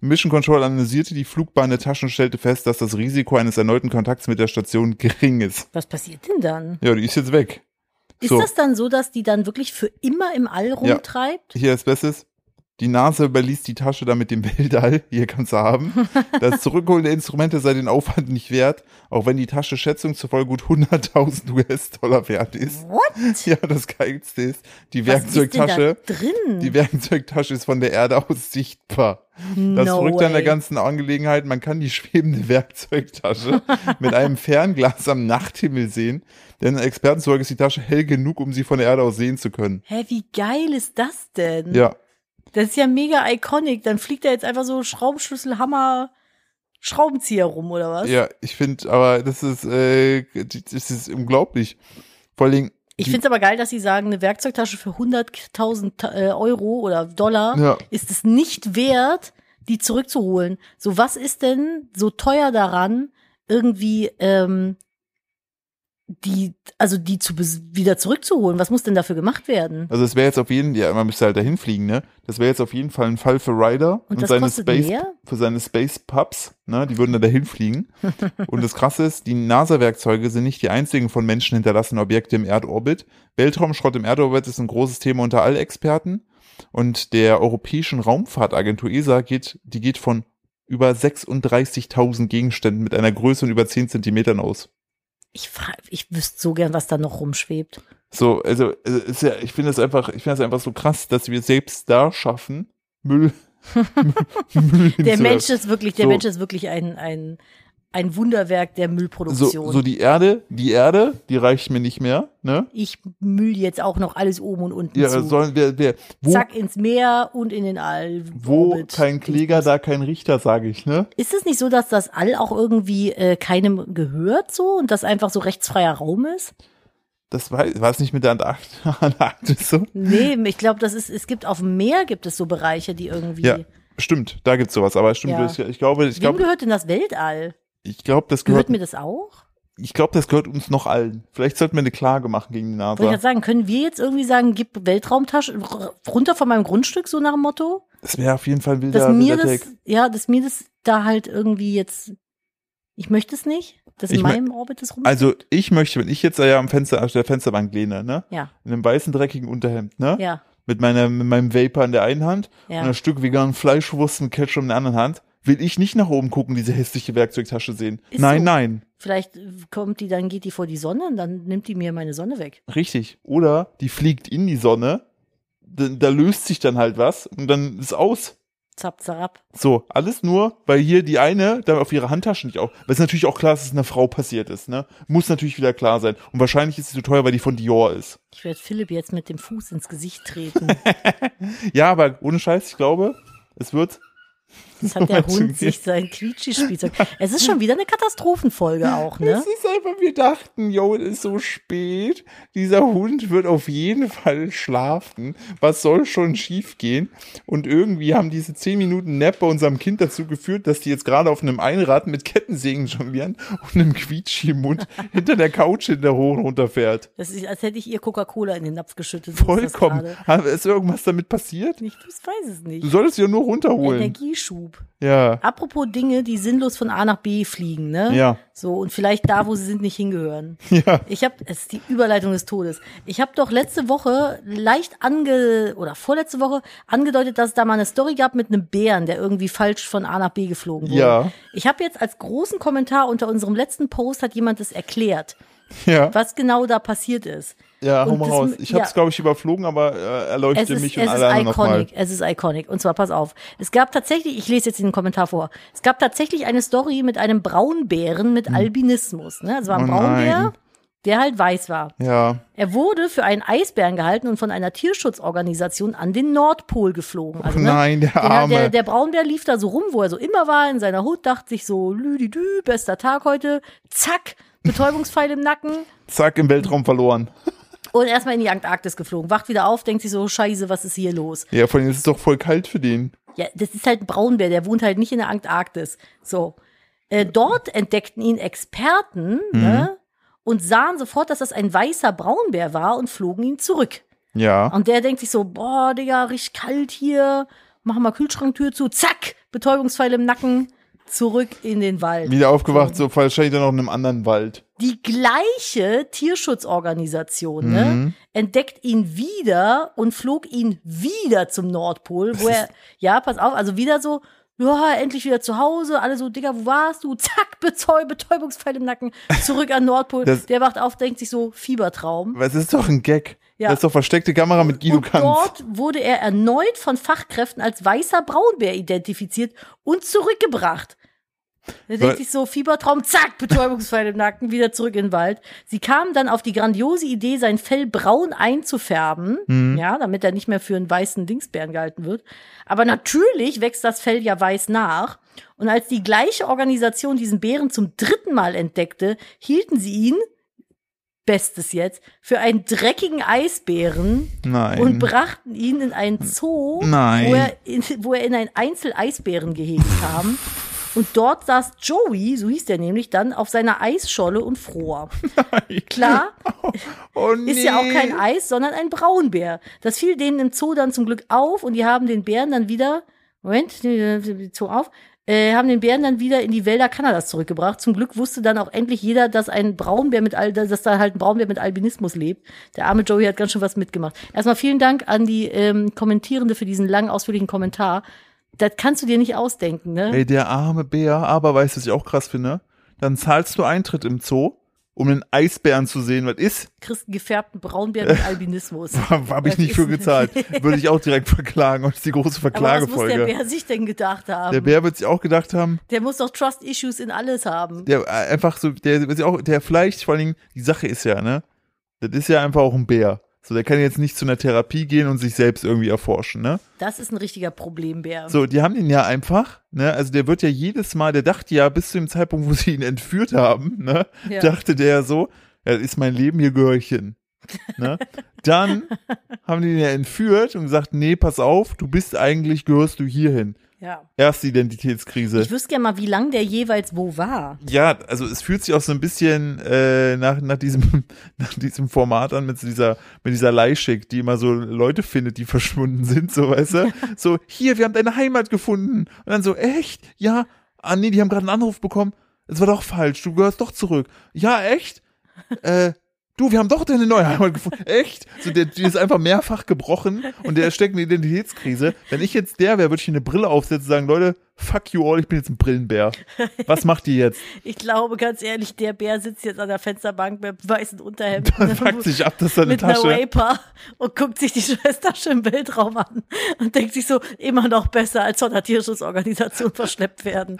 A: Mission Control analysierte die Flugbahn der Taschen und stellte fest, dass das Risiko eines erneuten Kontakts mit der Station gering ist.
B: Was passiert denn dann?
A: Ja, die ist jetzt weg.
B: Ist
A: So.
B: das dann so, dass die dann wirklich für immer im All rumtreibt?
A: Hier das Beste ist, die NASA überließ die Tasche damit dem Weltall, hier kannst du haben. Das Zurückholen der Instrumente sei den Aufwand nicht wert, auch wenn die Tasche Schätzung zufolge gut 100.000 US-Dollar wert ist.
B: What?
A: Ja, das Geilste ist, die
B: Was ist denn da
A: Werkzeugtasche,
B: drin?
A: die Werkzeugtasche ist von der Erde aus sichtbar. Das
B: no
A: Verrückte an der
B: way.
A: ganzen Angelegenheit, man kann die schwebende Werkzeugtasche mit einem Fernglas am Nachthimmel sehen, denn Experten zufolge ist die Tasche hell genug, um sie von der Erde aus sehen zu können.
B: Hä, wie geil ist das denn?
A: Ja,
B: Das ist ja mega iconic. Dann fliegt da jetzt einfach so Schraubenschlüssel, Hammer, Schraubenzieher rum oder was?
A: ja, ich finde, aber das ist, äh, das ist unglaublich. Vor allen Dingen,
B: Ich finde es aber geil, dass sie sagen, eine Werkzeugtasche für 100.000 Ta- äh, Euro oder Dollar
A: Ja.
B: ist es nicht wert, die zurückzuholen. So, was ist denn so teuer daran, irgendwie ähm, die, also die zu bes- wieder zurückzuholen? Was muss denn dafür gemacht werden?
A: also es wäre jetzt auf jeden, ja, man müsste halt dahin fliegen, ne? Das wäre jetzt auf jeden Fall ein Fall für Ryder
B: Und
A: und,
B: das
A: seine
B: kostet
A: Space,
B: mehr?
A: für seine Space Pubs, ne? Die würden dann dahin fliegen. und das Krasse ist, die NASA-Werkzeuge sind nicht die einzigen von Menschen hinterlassenen Objekte im Erdorbit. Weltraumschrott im Erdorbit ist ein großes Thema unter All-Experten. Und der Europäischen Raumfahrtagentur ESA geht, die geht von über 36.000 Gegenständen mit einer Größe von über 10 Zentimetern aus.
B: Ich, fra- ich wüsste so gern, was da noch rumschwebt.
A: So, also, also ist ja, ich finde das einfach, ich finde das einfach so krass, dass wir selbst da schaffen, Müll. Müll
B: Der
A: hinzuwerfen.
B: Mensch ist wirklich, der
A: So.
B: Mensch ist wirklich ein, ein, ein Wunderwerk der
A: so,
B: Müllproduktion.
A: so die Erde, die Erde, die reicht mir nicht mehr, ne?
B: ich müll jetzt auch noch alles oben und unten
A: Ja,
B: zu.
A: sollen wir, wir wo,
B: Zack, ins Meer und in den All.
A: wo
B: Orbit.
A: kein Kläger, da kein Richter, sage ich, ne?
B: Ist es nicht so, dass das All auch irgendwie äh, keinem gehört so und das einfach so rechtsfreier Raum ist?
A: Das war, war es nicht mit der Antart- Antarktis so?
B: Nee, ich glaube, das ist, es gibt auf dem Meer gibt es so Bereiche, die irgendwie.
A: Ja, stimmt, da gibt's sowas, aber stimmt,
B: Ja.
A: ich, ich glaube, ich
B: Wem
A: glaube,
B: gehört denn das Weltall?
A: ich glaube, das
B: Gehört
A: gehört,
B: mir das auch?
A: ich glaube, das gehört uns noch allen. Vielleicht sollten wir eine Klage machen gegen die
B: Wollte ich
A: NASA.
B: gerade sagen, können wir jetzt irgendwie sagen, gib Weltraumtasche r- runter von meinem Grundstück, so nach dem Motto?
A: Das wäre auf jeden Fall ein
B: Dass
A: wilder,
B: mir
A: wilder
B: das,
A: Take.
B: ja, dass mir das da halt irgendwie jetzt, ich möchte es nicht, dass in
A: Ich mein-
B: meinem Orbit das rum.
A: Also, ich möchte, wenn ich jetzt da ja am Fenster, auf der Fensterbank lehne, ne?
B: ja,
A: In einem weißen, dreckigen Unterhemd, ne?
B: ja,
A: Mit meiner, mit meinem Vapor in der einen Hand
B: ja.
A: und ein Stück veganen Fleischwurst mit Ketchup in der anderen Hand, will ich nicht nach oben gucken, diese hässliche Werkzeugtasche sehen.
B: Ist
A: nein,
B: so.
A: nein.
B: Vielleicht kommt die, dann geht die vor die Sonne und dann nimmt die mir meine Sonne weg.
A: Richtig. Oder die fliegt in die Sonne, da, da löst sich dann halt was und dann ist aus.
B: Zap, zap.
A: So, alles nur, weil hier die eine da auf ihre Handtasche nicht auf. Weil es natürlich auch klar ist, dass es einer Frau passiert ist, ne? Muss natürlich wieder klar sein. Und wahrscheinlich ist sie so teuer, weil die von Dior ist.
B: Ich werde Philipp jetzt mit dem Fuß ins Gesicht treten.
A: Ja, aber ohne Scheiß, ich glaube, es wird.
B: Jetzt hat der
A: Meinst du
B: Hund sich sein Quietschi-Spielzeug. Es ist schon wieder eine Katastrophenfolge auch, ne?
A: Es ist einfach, wir dachten, yo, es ist so spät. Dieser Hund wird auf jeden Fall schlafen. Was soll schon schief gehen? Und irgendwie haben diese 10 Minuten Nap bei unserem Kind dazu geführt, dass die jetzt gerade auf einem Einrad mit Kettensägen jonglieren und einem Quietschi im Mund hinter der Couch hinter hoch und runter fährt.
B: Das ist, als hätte ich ihr Coca-Cola in den Napf geschüttet. So ist das
A: Vollkommen.
B: gerade.
A: Aber Ist irgendwas damit passiert?
B: Ich weiß es
A: Du
B: nicht.
A: solltest sie ja nur runterholen.
B: Energieschub.
A: Ja.
B: Apropos Dinge, die sinnlos von A nach B fliegen, ne?
A: Ja.
B: So, und vielleicht da, wo sie sind, nicht hingehören.
A: Ja.
B: Ich habe, es ist die Überleitung des Todes. Ich habe doch letzte Woche leicht ange oder vorletzte Woche angedeutet, dass es da mal eine Story gab mit einem Bären, der irgendwie falsch von A nach B geflogen wurde.
A: Ja.
B: Ich habe jetzt als großen Kommentar unter unserem letzten Post hat jemand es erklärt,
A: Ja.
B: was genau da passiert ist.
A: Ja, hau
B: Und
A: mal
B: das-
A: raus. Ich hab's,
B: ja.
A: glaube ich, überflogen, aber äh, erleuchte mich und alle anderen nochmal.
B: iconic, es ist iconic. Und zwar, pass auf. Es gab tatsächlich, ich lese jetzt den Kommentar vor. Es gab tatsächlich eine Story mit einem Braunbären mit Albinismus, ne? Es war ein
A: Hm. Oh
B: Braunbär,
A: nein.
B: der halt weiß war.
A: Ja.
B: Er wurde für einen Eisbären gehalten und von einer Tierschutzorganisation an den Nordpol geflogen. Also,
A: Oh
B: ne,
A: nein, der
B: den-
A: Arme.
B: Der, der Braunbär lief da so rum, wo er so immer war, in seiner Hut, dachte sich so, lüdidü, bester Tag heute, zack, Betäubungspfeil im Nacken
A: Zack, im Weltraum verloren.
B: und erstmal in die Antarktis geflogen. Wacht wieder auf, denkt sich so, scheiße, was ist hier los?
A: Ja, vor allem ist es doch voll kalt für den.
B: Ja, das ist halt ein Braunbär, der wohnt halt nicht in der Antarktis. So. Äh, dort entdeckten ihn Experten ne, und sahen sofort, dass das ein weißer Braunbär war und flogen ihn zurück.
A: Ja.
B: Und der denkt sich so, boah, Digga, richtig kalt hier. Machen wir Kühlschranktür zu. Zack, Betäubungspfeil im Nacken. Zurück in den Wald.
A: Wieder aufgewacht, so wahrscheinlich dann noch in einem anderen Wald.
B: Die gleiche Tierschutzorganisation ne, entdeckt ihn wieder und flog ihn wieder zum Nordpol, wo er, ja, pass auf, also wieder so, ja, endlich wieder zu Hause, alle so, Digga, wo warst du? Zack, Betäu Betäubungspfeil im Nacken, zurück an Nordpol.
A: Das-
B: der wacht auf, denkt sich so, Fiebertraum.
A: Aber es ist doch ein Gag.
B: Ja.
A: Das ist doch versteckte Kamera mit Guido
B: Und
A: Kanz.
B: dort wurde er erneut von Fachkräften als weißer Braunbär identifiziert und zurückgebracht. Da
A: Weil-
B: denkt sich so, Fiebertraum, zack, Betäubungspfeil im Nacken, wieder zurück in den Wald. Sie kamen dann auf die grandiose Idee, sein Fell braun einzufärben, ja, damit er nicht mehr für einen weißen Dingsbären gehalten wird. Aber natürlich wächst das Fell ja weiß nach. Und als die gleiche Organisation diesen Bären zum dritten Mal entdeckte, hielten sie ihn, bestes jetzt, für einen dreckigen Eisbären
A: Nein.
B: und brachten ihn in einen Zoo,
A: Nein.
B: Wo, er in, wo er in ein Einzel-Eisbärengehege kam. Und dort saß Joey, so hieß der nämlich, dann auf seiner Eisscholle und fror. Klar,
A: oh, nee.
B: ist ja auch kein Eis, sondern ein Braunbär. Das fiel denen im Zoo dann zum Glück auf und die haben den Bären dann wieder, Moment, die- die die Zoo auf, äh, haben den Bären dann wieder in die Wälder Kanadas zurückgebracht. Zum Glück wusste dann auch endlich jeder, dass ein Braunbär mit all, dass da halt ein Braunbär mit Albinismus lebt. Der arme Joey hat ganz schön was mitgemacht. Erstmal vielen Dank an die ähm, Kommentierende für diesen langen, ausführlichen Kommentar. Das kannst du dir nicht ausdenken, ne?
A: Ey, der arme Bär, aber weißt du, was ich auch krass finde? Dann zahlst du Eintritt im Zoo um einen Eisbären zu sehen, was ist,
B: Kriegst einen gefärbten Braunbären mit Albinismus.
A: habe ich
B: Das
A: nicht für
B: ist-
A: gezahlt. Würde ich auch direkt verklagen. Und das ist die große
B: Aber was muss der
A: Verklagefolge.
B: Bär sich denn gedacht haben?
A: Der Bär wird sich auch gedacht haben,
B: Der muss doch Trust Issues in alles haben.
A: der äh, einfach so, der wird sich auch, der vielleicht, vor allen Dingen, die Sache ist ja, ne? Das ist ja einfach auch ein Bär. So, der kann jetzt nicht zu einer Therapie gehen und sich selbst irgendwie erforschen, ne?
B: Das ist ein richtiger Problembär.
A: So, die haben ihn ja einfach, ne? Also der wird ja jedes Mal, der dachte ja bis zu dem Zeitpunkt, wo sie ihn entführt haben, ne?
B: Ja.
A: Dachte der so, ja, das ist mein Leben, hier gehöre ich hin. Ne? Dann haben die ihn ja entführt und gesagt, nee, pass auf, du bist eigentlich, gehörst du hierhin.
B: Ja.
A: Erste Identitätskrise.
B: Ich wüsste gerne mal, wie lang der jeweils wo war.
A: Ja, also es fühlt sich auch so ein bisschen äh, nach, nach, diesem, nach diesem Format an mit so dieser, mit dieser Leischik, die immer so Leute findet, die verschwunden sind, so weißt du. So, hier, wir haben deine Heimat gefunden. Und dann so, echt? Ja, ah nee, die haben gerade einen Anruf bekommen. Es war doch falsch, du gehörst doch zurück. Ja, echt? Äh, du, wir haben doch deine neue Heimat gefunden. Echt? So, der, die ist einfach mehrfach gebrochen und der steckt in der Identitätskrise. Wenn ich jetzt der wäre, würde ich eine Brille aufsetzen und sagen, Leute, fuck you all, ich bin jetzt ein Brillenbär. Was macht ihr jetzt?
B: Ich glaube, ganz ehrlich, der Bär sitzt jetzt an der Fensterbank mit einem weißen Unterhemd
A: packt sich ab, das ist seine
B: mit einer
A: Tasche.
B: Waper und guckt sich die Schwester schon im Bildraum an und denkt sich so, immer noch besser, als von der Tierschutzorganisation verschleppt werden.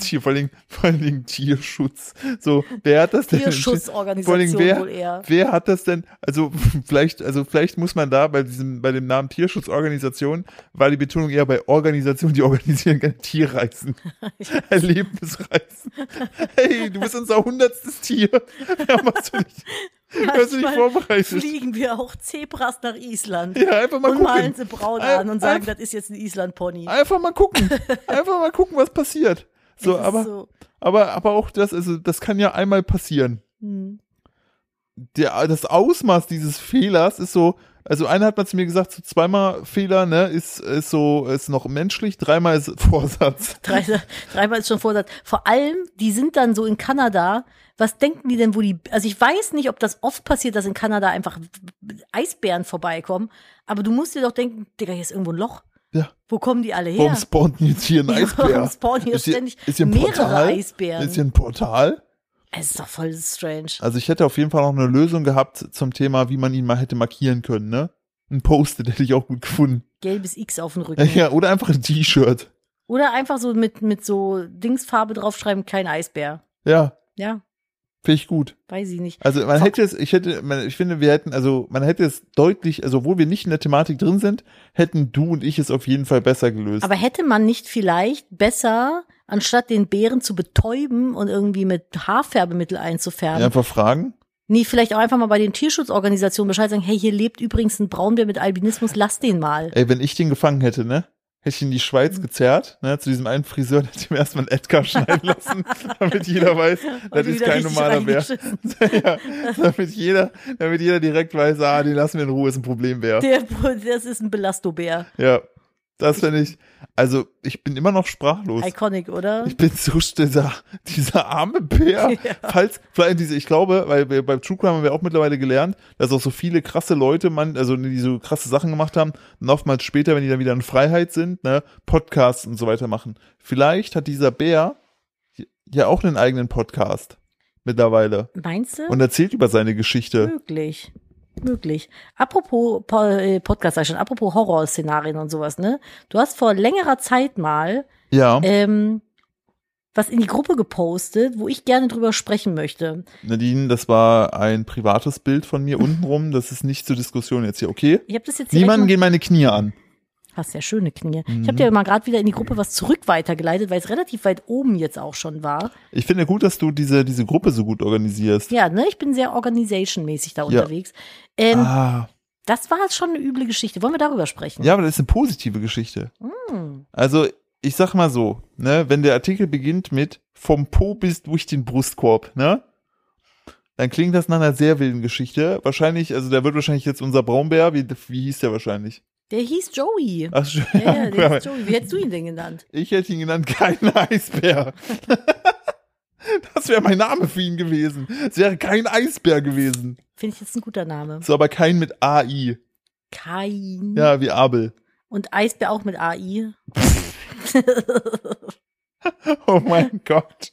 A: Tier, vor allem, vor allem Tierschutz. So, wer hat das denn? Vor allen
B: Tierschutzorganisation
A: Dingen, wer,
B: wohl eher.
A: wer hat das denn? Also vielleicht, also vielleicht muss man da bei diesem, bei dem Namen Tierschutzorganisation, war die Betonung eher bei Organisation, die organisieren kann, Tierreisen. Erlebnisreisen. Hey, du bist unser hundertstes Tier. Ja, machst du nicht, hast du nicht
B: Manchmal
A: vorbereitet.
B: Fliegen wir auch Zebras nach Island
A: Ja, einfach mal
B: und
A: gucken.
B: malen sie braun
A: Ein-
B: an und sagen, das ist jetzt ein Island-Pony.
A: Einfach mal gucken. Einfach mal gucken, was passiert. So,
B: Es ist
A: aber,
B: so,
A: aber, aber auch das, also, das kann ja einmal passieren.
B: hm.
A: der, das Ausmaß dieses Fehlers ist so, also einer hat mal zu mir gesagt, so zweimal Fehler, ne, ist, ist so, ist noch menschlich, dreimal ist Vorsatz.
B: Drei, dreimal ist schon Vorsatz. Vor allem, die sind dann so in Kanada. Was denken die denn, wo die, also ich weiß nicht, ob das oft passiert, dass in Kanada einfach Eisbären vorbeikommen, aber du musst dir doch denken, Digga, hier ist irgendwo ein Loch.
A: Ja.
B: Wo kommen die alle
A: Warum
B: her?
A: spawnt jetzt hier ein
B: Warum
A: Eisbär?
B: spawnen hier
A: Ist hier-
B: ständig
A: ist hier ein
B: mehrere
A: Portal?
B: Eisbären?
A: Ist hier ein Portal?
B: es ist doch voll strange.
A: Also ich hätte auf jeden Fall noch eine Lösung gehabt zum Thema, wie man ihn mal hätte markieren können, ne? Ein Post-it hätte ich auch gut gefunden.
B: Gelbes X auf dem Rücken.
A: Ja, oder einfach ein T-Shirt.
B: Oder einfach so mit, mit so Dingsfarbe draufschreiben, kein Eisbär.
A: Ja,
B: Ja,
A: finde ich gut.
B: weiß ich nicht.
A: Also man
B: Fuck.
A: hätte es, ich hätte, man, ich finde, wir hätten, also man hätte es deutlich, also obwohl wir nicht in der Thematik drin sind, hätten du und ich es auf jeden Fall besser gelöst.
B: Aber hätte man nicht vielleicht besser, anstatt den Bären zu betäuben und irgendwie mit Haarfärbemittel einzufärben,
A: ja, einfach fragen.
B: nee, vielleicht auch einfach mal bei den Tierschutzorganisationen Bescheid sagen, hey, hier lebt übrigens ein Braunbär mit Albinismus, lass den mal.
A: Ey, wenn ich den gefangen hätte, ne? Hätte ich ihn in die
B: Mhm.
A: Schweiz gezerrt, ne, zu diesem einen Friseur, der hätte ihm erstmal einen Edgar schneiden lassen, damit jeder weiß, das
B: die
A: ist
B: wieder
A: kein
B: richtig
A: normaler Bär.
B: reingeschissen.
A: ja, damit jeder, damit jeder direkt weiß, ah, den lassen wir in Ruhe, ist ein Problembär.
B: Der, das ist ein Belastobär.
A: Ja. Das finde ich, also ich bin immer noch sprachlos.
B: Iconic, oder?
A: Ich bin so still, dieser, dieser arme Bär. Falls, vor allem diese, ich glaube, weil wir, beim True Crime haben wir auch mittlerweile gelernt, dass auch so viele krasse Leute, man, also die so krasse Sachen gemacht haben, und oftmals später, wenn die dann wieder in Freiheit sind, ne, Podcasts und so weiter machen. Vielleicht hat dieser Bär ja auch einen eigenen Podcast mittlerweile
B: Meinst du?
A: und äh, erzählt über seine Geschichte.
B: Möglich. Möglich. Apropos Po- äh, Podcast, sag ich schon, apropos Horrorszenarien und sowas, ne? Du hast vor längerer Zeit mal
A: Ja,
B: ähm, was in die Gruppe gepostet, wo ich gerne drüber sprechen möchte.
A: Nadine, das war ein privates Bild von mir untenrum. Das ist nicht zur Diskussion jetzt hier, okay?
B: Ich habe das jetzt direkt
A: Niemanden
B: mal-
A: gehen meine Knie an.
B: Hast ja schöne Knie. Ich
A: Mhm.
B: habe dir mal gerade wieder in die Gruppe was zurück weitergeleitet, weil es relativ weit oben jetzt auch schon war.
A: Ich finde gut, dass du diese, diese Gruppe so gut organisierst.
B: Ja, ne, ich bin sehr organisationmäßig da unterwegs. Ähm,
A: Ah,
B: Das war schon eine üble Geschichte. Wollen wir darüber sprechen?
A: ja, aber das ist eine positive Geschichte.
B: Hm.
A: Also, ich sag mal so, ne, wenn der Artikel beginnt mit vom Po bis durch den Brustkorb, ne? Dann klingt das nach einer sehr wilden Geschichte. Wahrscheinlich, also da wird wahrscheinlich jetzt unser Braunbär, wie, wie hieß der wahrscheinlich?
B: Der hieß Joey.
A: Ach, schön.
B: Ja, ja, der hieß Joey. Wie hättest du ihn denn genannt?
A: ich hätte ihn genannt, kein Eisbär. das wäre mein Name für ihn gewesen. Es wäre kein Eisbär gewesen.
B: Finde ich jetzt ein guter Name.
A: So, aber kein mit AI.
B: Kain.
A: Ja, wie Abel.
B: Und Eisbär auch mit AI.
A: Oh mein Gott.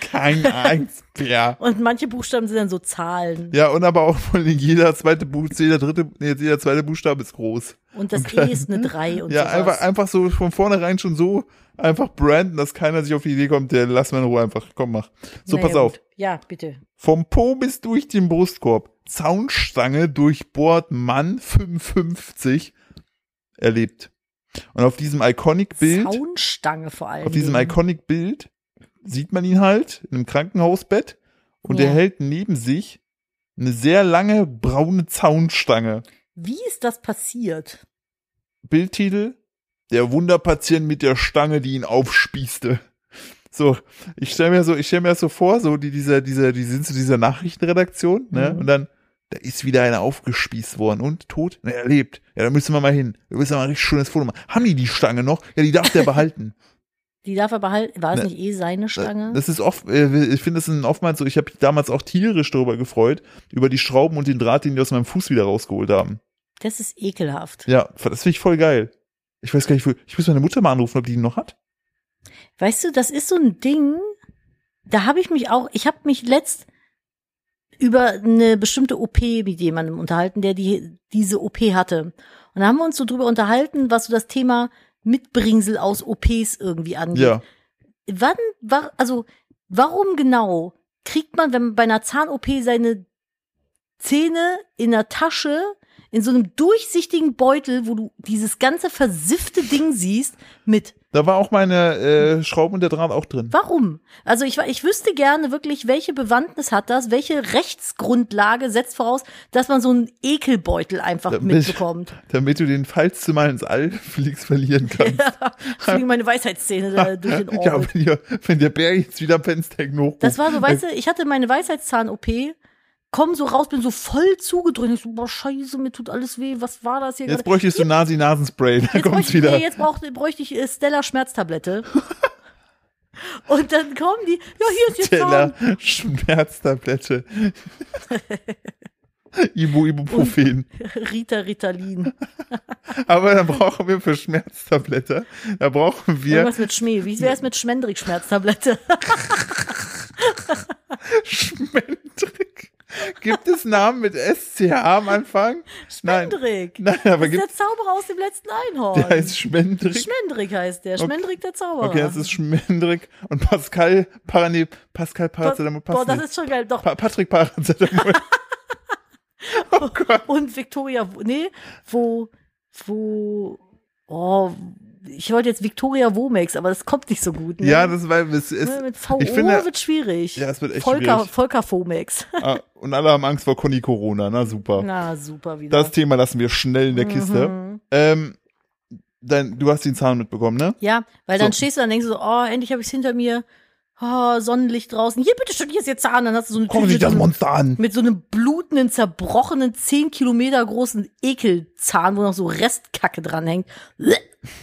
A: Keine Angst, ja.
B: Und manche Buchstaben sind dann so Zahlen.
A: Ja, und aber auch vor allem jeder zweite Buchstabe, jeder dritte, nee, jeder zweite Buchstabe ist groß.
B: Und das E ist eine 3 und
A: Ja,
B: sowas.
A: einfach, einfach so von vornherein schon so einfach branden, dass keiner sich auf die Idee kommt, der lass mal in Ruhe einfach, komm mach. So,
B: Naja,
A: pass auf.
B: gut. Ja, bitte.
A: Vom Po bis durch den Brustkorb. Zaunstange durchbohrt Mann 55 erlebt. Und auf diesem Iconic-Bild,
B: Zaunstange vor allem.
A: auf diesem Iconic-Bild sieht man ihn halt in einem Krankenhausbett und
B: Ja.
A: er hält neben sich eine sehr lange braune Zaunstange.
B: Wie ist das passiert?
A: Bildtitel: Der Wunderpatient mit der Stange, die ihn aufspießte. So, ich stelle mir so, ich stelle mir das so vor, so die dieser dieser die sind zu dieser Nachrichtenredaktion, ne?
B: Mhm.
A: Und dann da ist wieder einer aufgespießt worden und tot. Na, er lebt. Ja, da müssen wir mal hin. Wir müssen mal ein richtig schönes Foto machen. Haben die die Stange noch? Ja, die darf der behalten.
B: Die darf er behalten. War es
A: Ne,
B: nicht eh seine Stange?
A: Das ist oft, äh, ich finde, das sind oftmals so, ich habe mich damals auch tierisch darüber gefreut, über die Schrauben und den Draht, den die aus meinem Fuß wieder rausgeholt haben.
B: das ist ekelhaft.
A: Ja, das finde ich voll geil. Ich weiß gar nicht, wo, ich muss meine Mutter mal anrufen, ob die ihn noch hat.
B: Weißt du, das ist so ein Ding, da habe ich mich auch, ich habe mich letzt über eine bestimmte OP mit jemandem unterhalten, der die, diese OP hatte. Und da haben wir uns so drüber unterhalten, was so das Thema Mitbringsel aus OPs irgendwie angeht.
A: Ja.
B: Wann, war, also, warum genau kriegt man, wenn man bei einer Zahn-OP seine Zähne in der Tasche, in so einem durchsichtigen Beutel, wo du dieses ganze versiffte Ding siehst, mit?
A: Da war auch meine äh, Schrauben und der Draht auch drin.
B: Warum? Also ich, wa- ich wüsste gerne wirklich, welche Bewandtnis hat das, welche Rechtsgrundlage setzt voraus, dass man so einen Ekelbeutel einfach
A: Damit-
B: mitbekommt.
A: Damit du den, falls du mal ins All fliegst, verlieren kannst.
B: Deswegen meine Weisheitszähne da durch den
A: ja,
B: Orbit.
A: wenn, ihr, wenn der Bär jetzt wieder Penstecken hochkommt.
B: Das war so, weißt du, ich hatte meine Weisheitszahn-OP, komm so raus, bin so voll zugedrückt. Ich so, boah, scheiße, mir tut alles weh, was war das hier
A: Jetzt
B: gerade?
A: bräuchtest du Nasi-Nasenspray, da
B: Jetzt
A: kommt's
B: bräuchte,
A: wieder.
B: nee, jetzt brauch, bräuchte ich äh, Stella Schmerztablette. Und dann kommen die, ja, hier ist jetzt Zahn.
A: Teller, Schmerztablette. Ibu, Ibuprofen.
B: Rita Ritalin.
A: Aber dann brauchen wir für Schmerztablette, da brauchen wir
B: Irgendwas mit Schmäh. Wie wär's mit Schmendrick-Schmerztablette?
A: Schmendrick. Gibt es Namen mit SCH am Anfang?
B: Schmendrick.
A: Nein, nein, aber
B: Das ist
A: gibt
B: der Zauberer aus dem letzten Einhorn.
A: der heißt Schmendrick.
B: Schmendrick heißt der. Schmendrick der Zauberer.
A: Okay, das ist Schmendrick und Pascal Parane, Pascal Paracetamol passt
B: Boah, das
A: nicht.
B: ist schon geil. Doch.
A: Pa Patrick Paracetamol. oh Gott.
B: Und Victoria, wo- nee, wo, wo, oh, ich wollte jetzt Victoria Womex, aber das kommt nicht so gut. Ne?
A: Ja, das weil es ist
B: Ne, mit VO
A: ich finde
B: wird schwierig.
A: Ja, es wird echt
B: Volker,
A: schwierig.
B: Volker Womex.
A: ah, und alle haben Angst vor Conny Corona, na super.
B: Na, Mhm. super wieder.
A: Das Thema lassen wir schnell in der Kiste. Ähm dein, du hast den Zahn mitbekommen, ne?
B: Ja, weil dann
A: So.
B: stehst du dann und denkst du so, oh, endlich habe ich es hinter mir. Oh, Sonnenlicht draußen. Hier, bitte schön, hier ist jetzt Zahn. Dann hast du so eine
A: Guck
B: Tüte
A: dich
B: mit
A: das
B: so einem-
A: Monster an.
B: mit so einem blutenden, zerbrochenen, 10 Kilometer großen Ekelzahn, wo noch so Restkacke dranhängt. Bleh.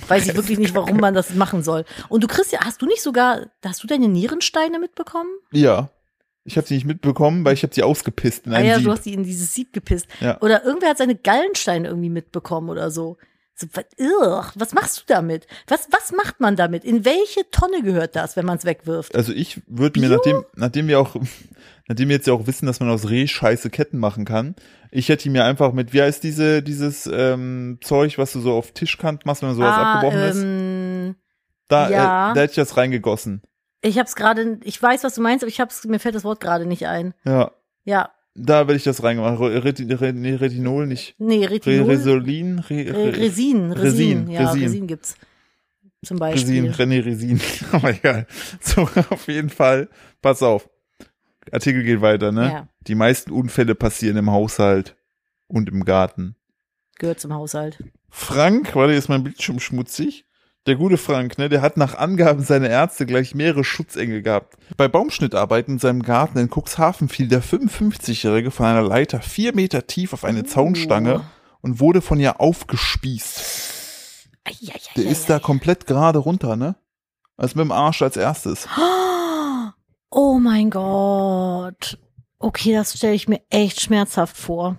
B: Weiß ich wirklich nicht, warum man das machen soll. Und du kriegst ja, hast du nicht sogar, hast du deine Nierensteine mitbekommen?
A: Ja. Ich habe sie nicht mitbekommen, weil ich habe sie ausgepisst in
B: Ah
A: einem
B: ja, du
A: Sieb.
B: hast die in dieses Sieb gepisst.
A: Ja.
B: Oder irgendwer hat seine Gallensteine irgendwie mitbekommen oder so. So, was, irr, was machst du damit? Was, was macht man damit? In welche Tonne gehört das, wenn man es wegwirft?
A: Also ich würde mir,
B: Bio?
A: nachdem, nachdem wir auch, nachdem wir jetzt ja auch wissen, dass man aus Reh scheiße Ketten machen kann, ich hätte mir einfach mit, wie heißt diese, dieses ähm, Zeug, was du so auf Tischkant machst, wenn so was abgebrochen ist,
B: Ah, ähm,
A: da,
B: ja.
A: äh, da hätte ich das reingegossen.
B: ich hab's gerade, ich weiß, was du meinst, aber ich hab's, mir fällt das Wort gerade nicht ein.
A: Ja,
B: Ja,
A: da hätte ich das reingemacht. Re- Reti- Re- nee, Retinol nicht.
B: nee,
A: Re
B: Retinol.
A: Resolin? Re
B: Re-
A: Re
B: Resin, Resin,
A: Resin,
B: ja,
A: Resin.
B: Resin, gibt's. Zum
A: Resin,
B: Beispiel.
A: René Resin. Aber egal. So, auf jeden Fall. Pass auf. Artikel geht weiter, ne?
B: Ja,
A: Die meisten Unfälle passieren im Haushalt und im Garten.
B: gehört zum Haushalt.
A: Frank, warte, ist mein Bildschirm schmutzig. Der gute Frank, ne, der hat nach Angaben seiner Ärzte gleich mehrere Schutzengel gehabt. Bei Baumschnittarbeiten in seinem Garten in Cuxhaven fiel der 55-Jährige von einer Leiter vier Meter tief auf eine
B: Oh.
A: Zaunstange und wurde von ihr aufgespießt. Der ist da komplett gerade runter, ne? Also mit dem Arsch als erstes.
B: Oh mein Gott. Okay, das stelle ich mir echt schmerzhaft vor.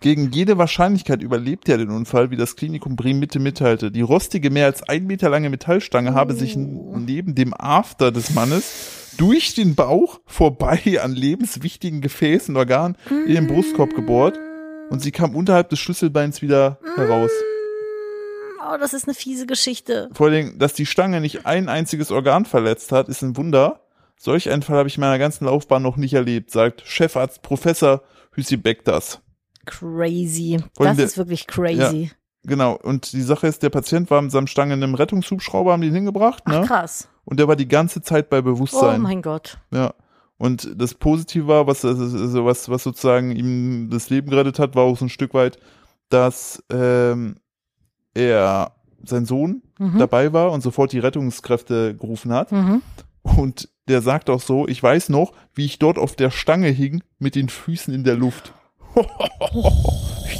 A: Gegen jede Wahrscheinlichkeit überlebte er den Unfall, wie das Klinikum Bremen-Mitte mitteilte. Die rostige, mehr als ein Meter lange Metallstange habe sich n- neben dem After des Mannes durch den Bauch vorbei an lebenswichtigen Gefäßen und Organen in den Brustkorb gebohrt und sie kam unterhalb des Schlüsselbeins wieder heraus.
B: Oh, das ist eine fiese Geschichte.
A: Vor allem, dass die Stange nicht ein einziges Organ verletzt hat, ist ein Wunder. Solch einen Fall habe ich in meiner ganzen Laufbahn noch nicht erlebt, sagt Chefarzt Professor Hüssi Bektas.
B: Crazy.
A: Wollen
B: Das
A: wir-
B: ist wirklich crazy.
A: Genau, und die Sache ist, der Patient war mit seinem Stange in einem Rettungshubschrauber, haben die ihn hingebracht,
B: Ach,
A: ne?
B: krass.
A: Und der war die ganze Zeit bei
B: Oh
A: Bewusstsein.
B: mein Gott.
A: Ja. Und das Positive war, was, also was, was sozusagen ihm das Leben gerettet hat, war auch so ein Stück weit, dass ähm, er, sein Sohn,
B: Mhm.
A: dabei war und sofort die Rettungskräfte gerufen hat.
B: Mhm.
A: Und der sagt auch so, ich weiß noch, wie ich dort auf der Stange hing mit den Füßen in der Luft.
B: Oh.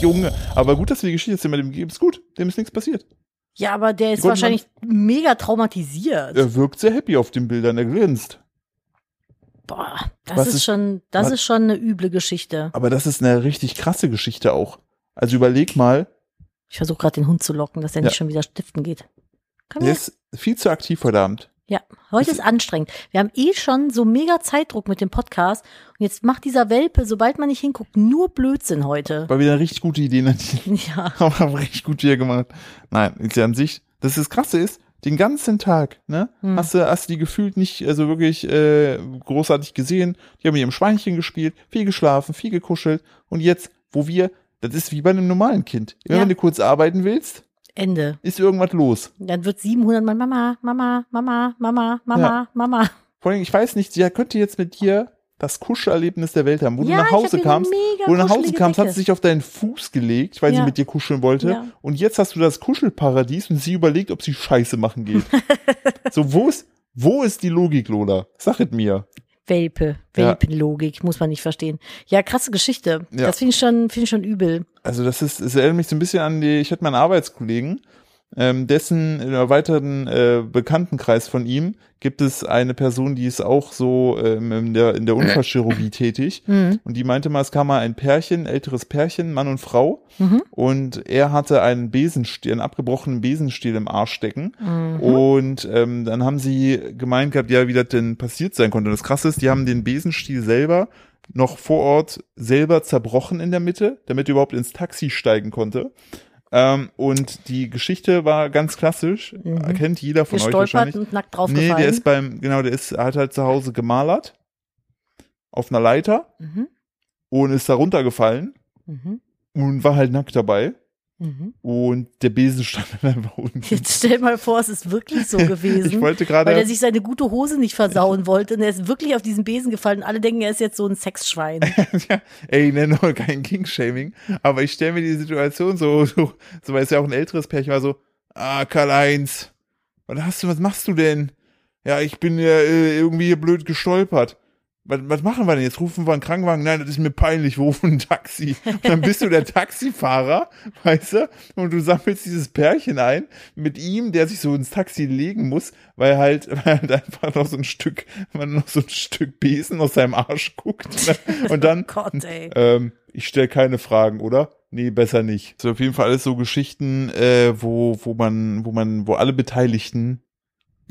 A: Junge, aber gut, dass wir die Geschichte jetzt jemandem geben. Ist gut, dem ist nichts passiert.
B: Ja, aber der ist
A: Guten
B: wahrscheinlich mega traumatisiert.
A: Er wirkt sehr happy auf den Bildern, er grinst.
B: Boah, das
A: Was
B: ist,
A: ist-
B: schon, das
A: was-
B: ist schon eine üble Geschichte.
A: Aber das ist eine richtig krasse Geschichte auch. Also überleg mal,
B: Ich versuche gerade den Hund zu locken, dass er nicht
A: Ja.
B: schon wieder stiften geht. Komm
A: er
B: her.
A: ist viel zu aktiv heute Abend.
B: Ja, heute
A: Ist-
B: ist anstrengend. Wir haben eh schon so mega Zeitdruck mit dem Podcast und jetzt macht dieser Welpe, sobald man nicht hinguckt, nur Blödsinn heute.
A: War wieder eine richtig gute Idee, Nadine.
B: Ja,
A: Aber haben richtig gut hier gemacht. Nein, ist ja an sich, das ist das Krasse ist, den ganzen Tag, ne,
B: Hm.
A: hast du, hast du die gefühlt nicht, also wirklich äh, großartig gesehen. Die haben mit ihrem Schweinchen gespielt, viel geschlafen, viel gekuschelt und jetzt, wo wir, das ist wie bei einem normalen Kind. Immer
B: Ja.
A: Wenn du kurz arbeiten willst,
B: Ende.
A: ist irgendwas los.
B: Dann wird 700 Mal Mama, Mama, Mama, Mama, Mama, Mama.
A: Vor allem, ich weiß nicht, sie könnte jetzt mit dir das Kuschelerlebnis der Welt haben. Wo
B: ja,
A: du nach
B: ich hab
A: Hause
B: hier
A: kamst,
B: eine mega
A: wo du nach Hause
B: kuschelige
A: kamst, hat
B: Decke.
A: sie sich auf deinen Fuß gelegt, weil sie
B: Ja.
A: mit dir kuscheln wollte.
B: Ja.
A: Und jetzt hast du das Kuschelparadies und sie überlegt, ob sie Scheiße machen geht. so, wo ist, wo ist die Logik, Lola? Sag es mir.
B: Welpe,
A: Ja.
B: Welpenlogik, muss man nicht verstehen. Ja, krasse Geschichte.
A: Ja.
B: Das finde ich schon, finde ich schon übel.
A: Also, das ist, es erinnert mich so ein bisschen an die, ich hatte meinen Arbeitskollegen, ähm, dessen in einem weiteren äh, Bekanntenkreis von ihm gibt es eine Person, die ist auch so ähm, in der, in der Unfallchirurgie tätig.
B: Mhm.
A: Und die meinte mal, es kam mal ein Pärchen, älteres Pärchen, Mann und Frau.
B: Mhm.
A: Und er hatte einen Besenstiel, einen abgebrochenen Besenstiel im Arsch stecken.
B: Mhm.
A: Und ähm, dann haben sie gemeint gehabt, ja, wie das denn passiert sein konnte. Und das Krasse ist, die haben den Besenstiel selber noch vor Ort selber zerbrochen in der Mitte, damit er überhaupt ins Taxi steigen konnte. Ähm, und die Geschichte war ganz klassisch,
B: Mhm.
A: kennt jeder von euch wahrscheinlich.
B: Gestolpert und nackt
A: Nee,
B: draufgefallen.
A: der ist beim, genau, der ist, hat halt zu Hause gemalert auf einer Leiter
B: mhm.
A: und ist da runtergefallen
B: Mhm.
A: und war halt nackt dabei
B: Mhm.
A: und der Besen stand dann einfach unten.
B: Jetzt stell mal vor, es ist wirklich so gewesen.
A: Ich wollte
B: Weil er
A: gerade,
B: sich seine gute Hose nicht versauen wollte und er ist wirklich auf diesen Besen gefallen und alle denken, er ist jetzt so ein Sexschwein. Oh
A: ja, ey, nenne doch kein King-Shaming, aber ich stelle mir die Situation so, so, so, weil es ja auch ein älteres Pärchen war, so, ah, Karl-Heinz, was hast du, was machst du denn? Ja, ich bin ja äh, irgendwie hier blöd gestolpert. Was, was machen wir denn jetzt? Rufen wir einen Krankenwagen? Nein, das ist mir peinlich. Wir rufen ein Taxi. Und dann bist du der Taxifahrer, weißt du? Und du sammelst dieses Pärchen ein mit ihm, der sich so ins Taxi legen muss, weil halt, weil halt einfach noch so ein Stück, man noch so ein Stück Besen aus seinem Arsch guckt. Ne? Und dann,
B: Gott, ey.
A: ähm, ich stelle keine Fragen, oder? Nee, besser nicht. So auf jeden Fall alles so Geschichten, äh, wo, wo man, wo man, wo alle Beteiligten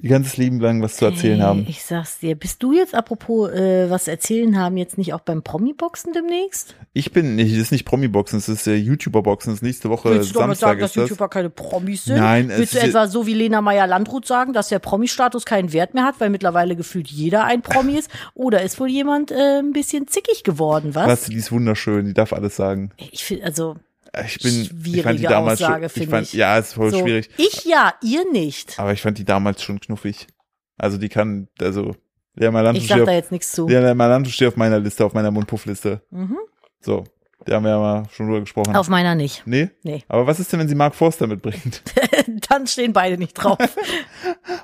A: ihr ganzes Leben lang was zu erzählen
B: Ey,
A: haben.
B: Ich sag's dir. Bist du jetzt, apropos äh, was erzählen haben, jetzt nicht auch beim Promi-Boxen demnächst?
A: Ich bin nicht, das ist nicht Promi-Boxen, das ist äh, YouTuber-Boxen, das ist nächste Woche
B: Willst du damit
A: Äh, Samstag
B: sagen, dass
A: ist das.
B: YouTuber keine Promis sind?
A: Nein, es
B: Willst du
A: ist-
B: etwa so wie Lena Meyer-Landrut sagen, dass der Promi-Status keinen Wert mehr hat, weil mittlerweile gefühlt jeder ein Promi ist? Oder ist wohl jemand äh, ein bisschen zickig geworden, was?
A: Lass, die ist wunderschön, die darf alles sagen.
B: Ich finde, also,
A: Ich bin, ich fand
B: Schwierige
A: die damals
B: Aussage,
A: schon,
B: finde
A: ich fand,
B: ich.
A: ja, ist voll
B: so,
A: schwierig,
B: ich ja, ihr nicht.
A: aber ich fand die damals schon knuffig. Also die kann, also, der Malanto
B: Ich sag
A: steht,
B: da
A: auf-
B: jetzt nichts zu.
A: Lea Melandro steht auf meiner Liste, auf meiner Mundpuffliste.
B: Mhm.
A: So, da haben wir ja mal schon drüber gesprochen.
B: Auf meiner nicht.
A: Nee?
B: Nee.
A: Aber was ist denn, wenn sie Mark Forster mitbringt?
B: Dann stehen beide nicht drauf.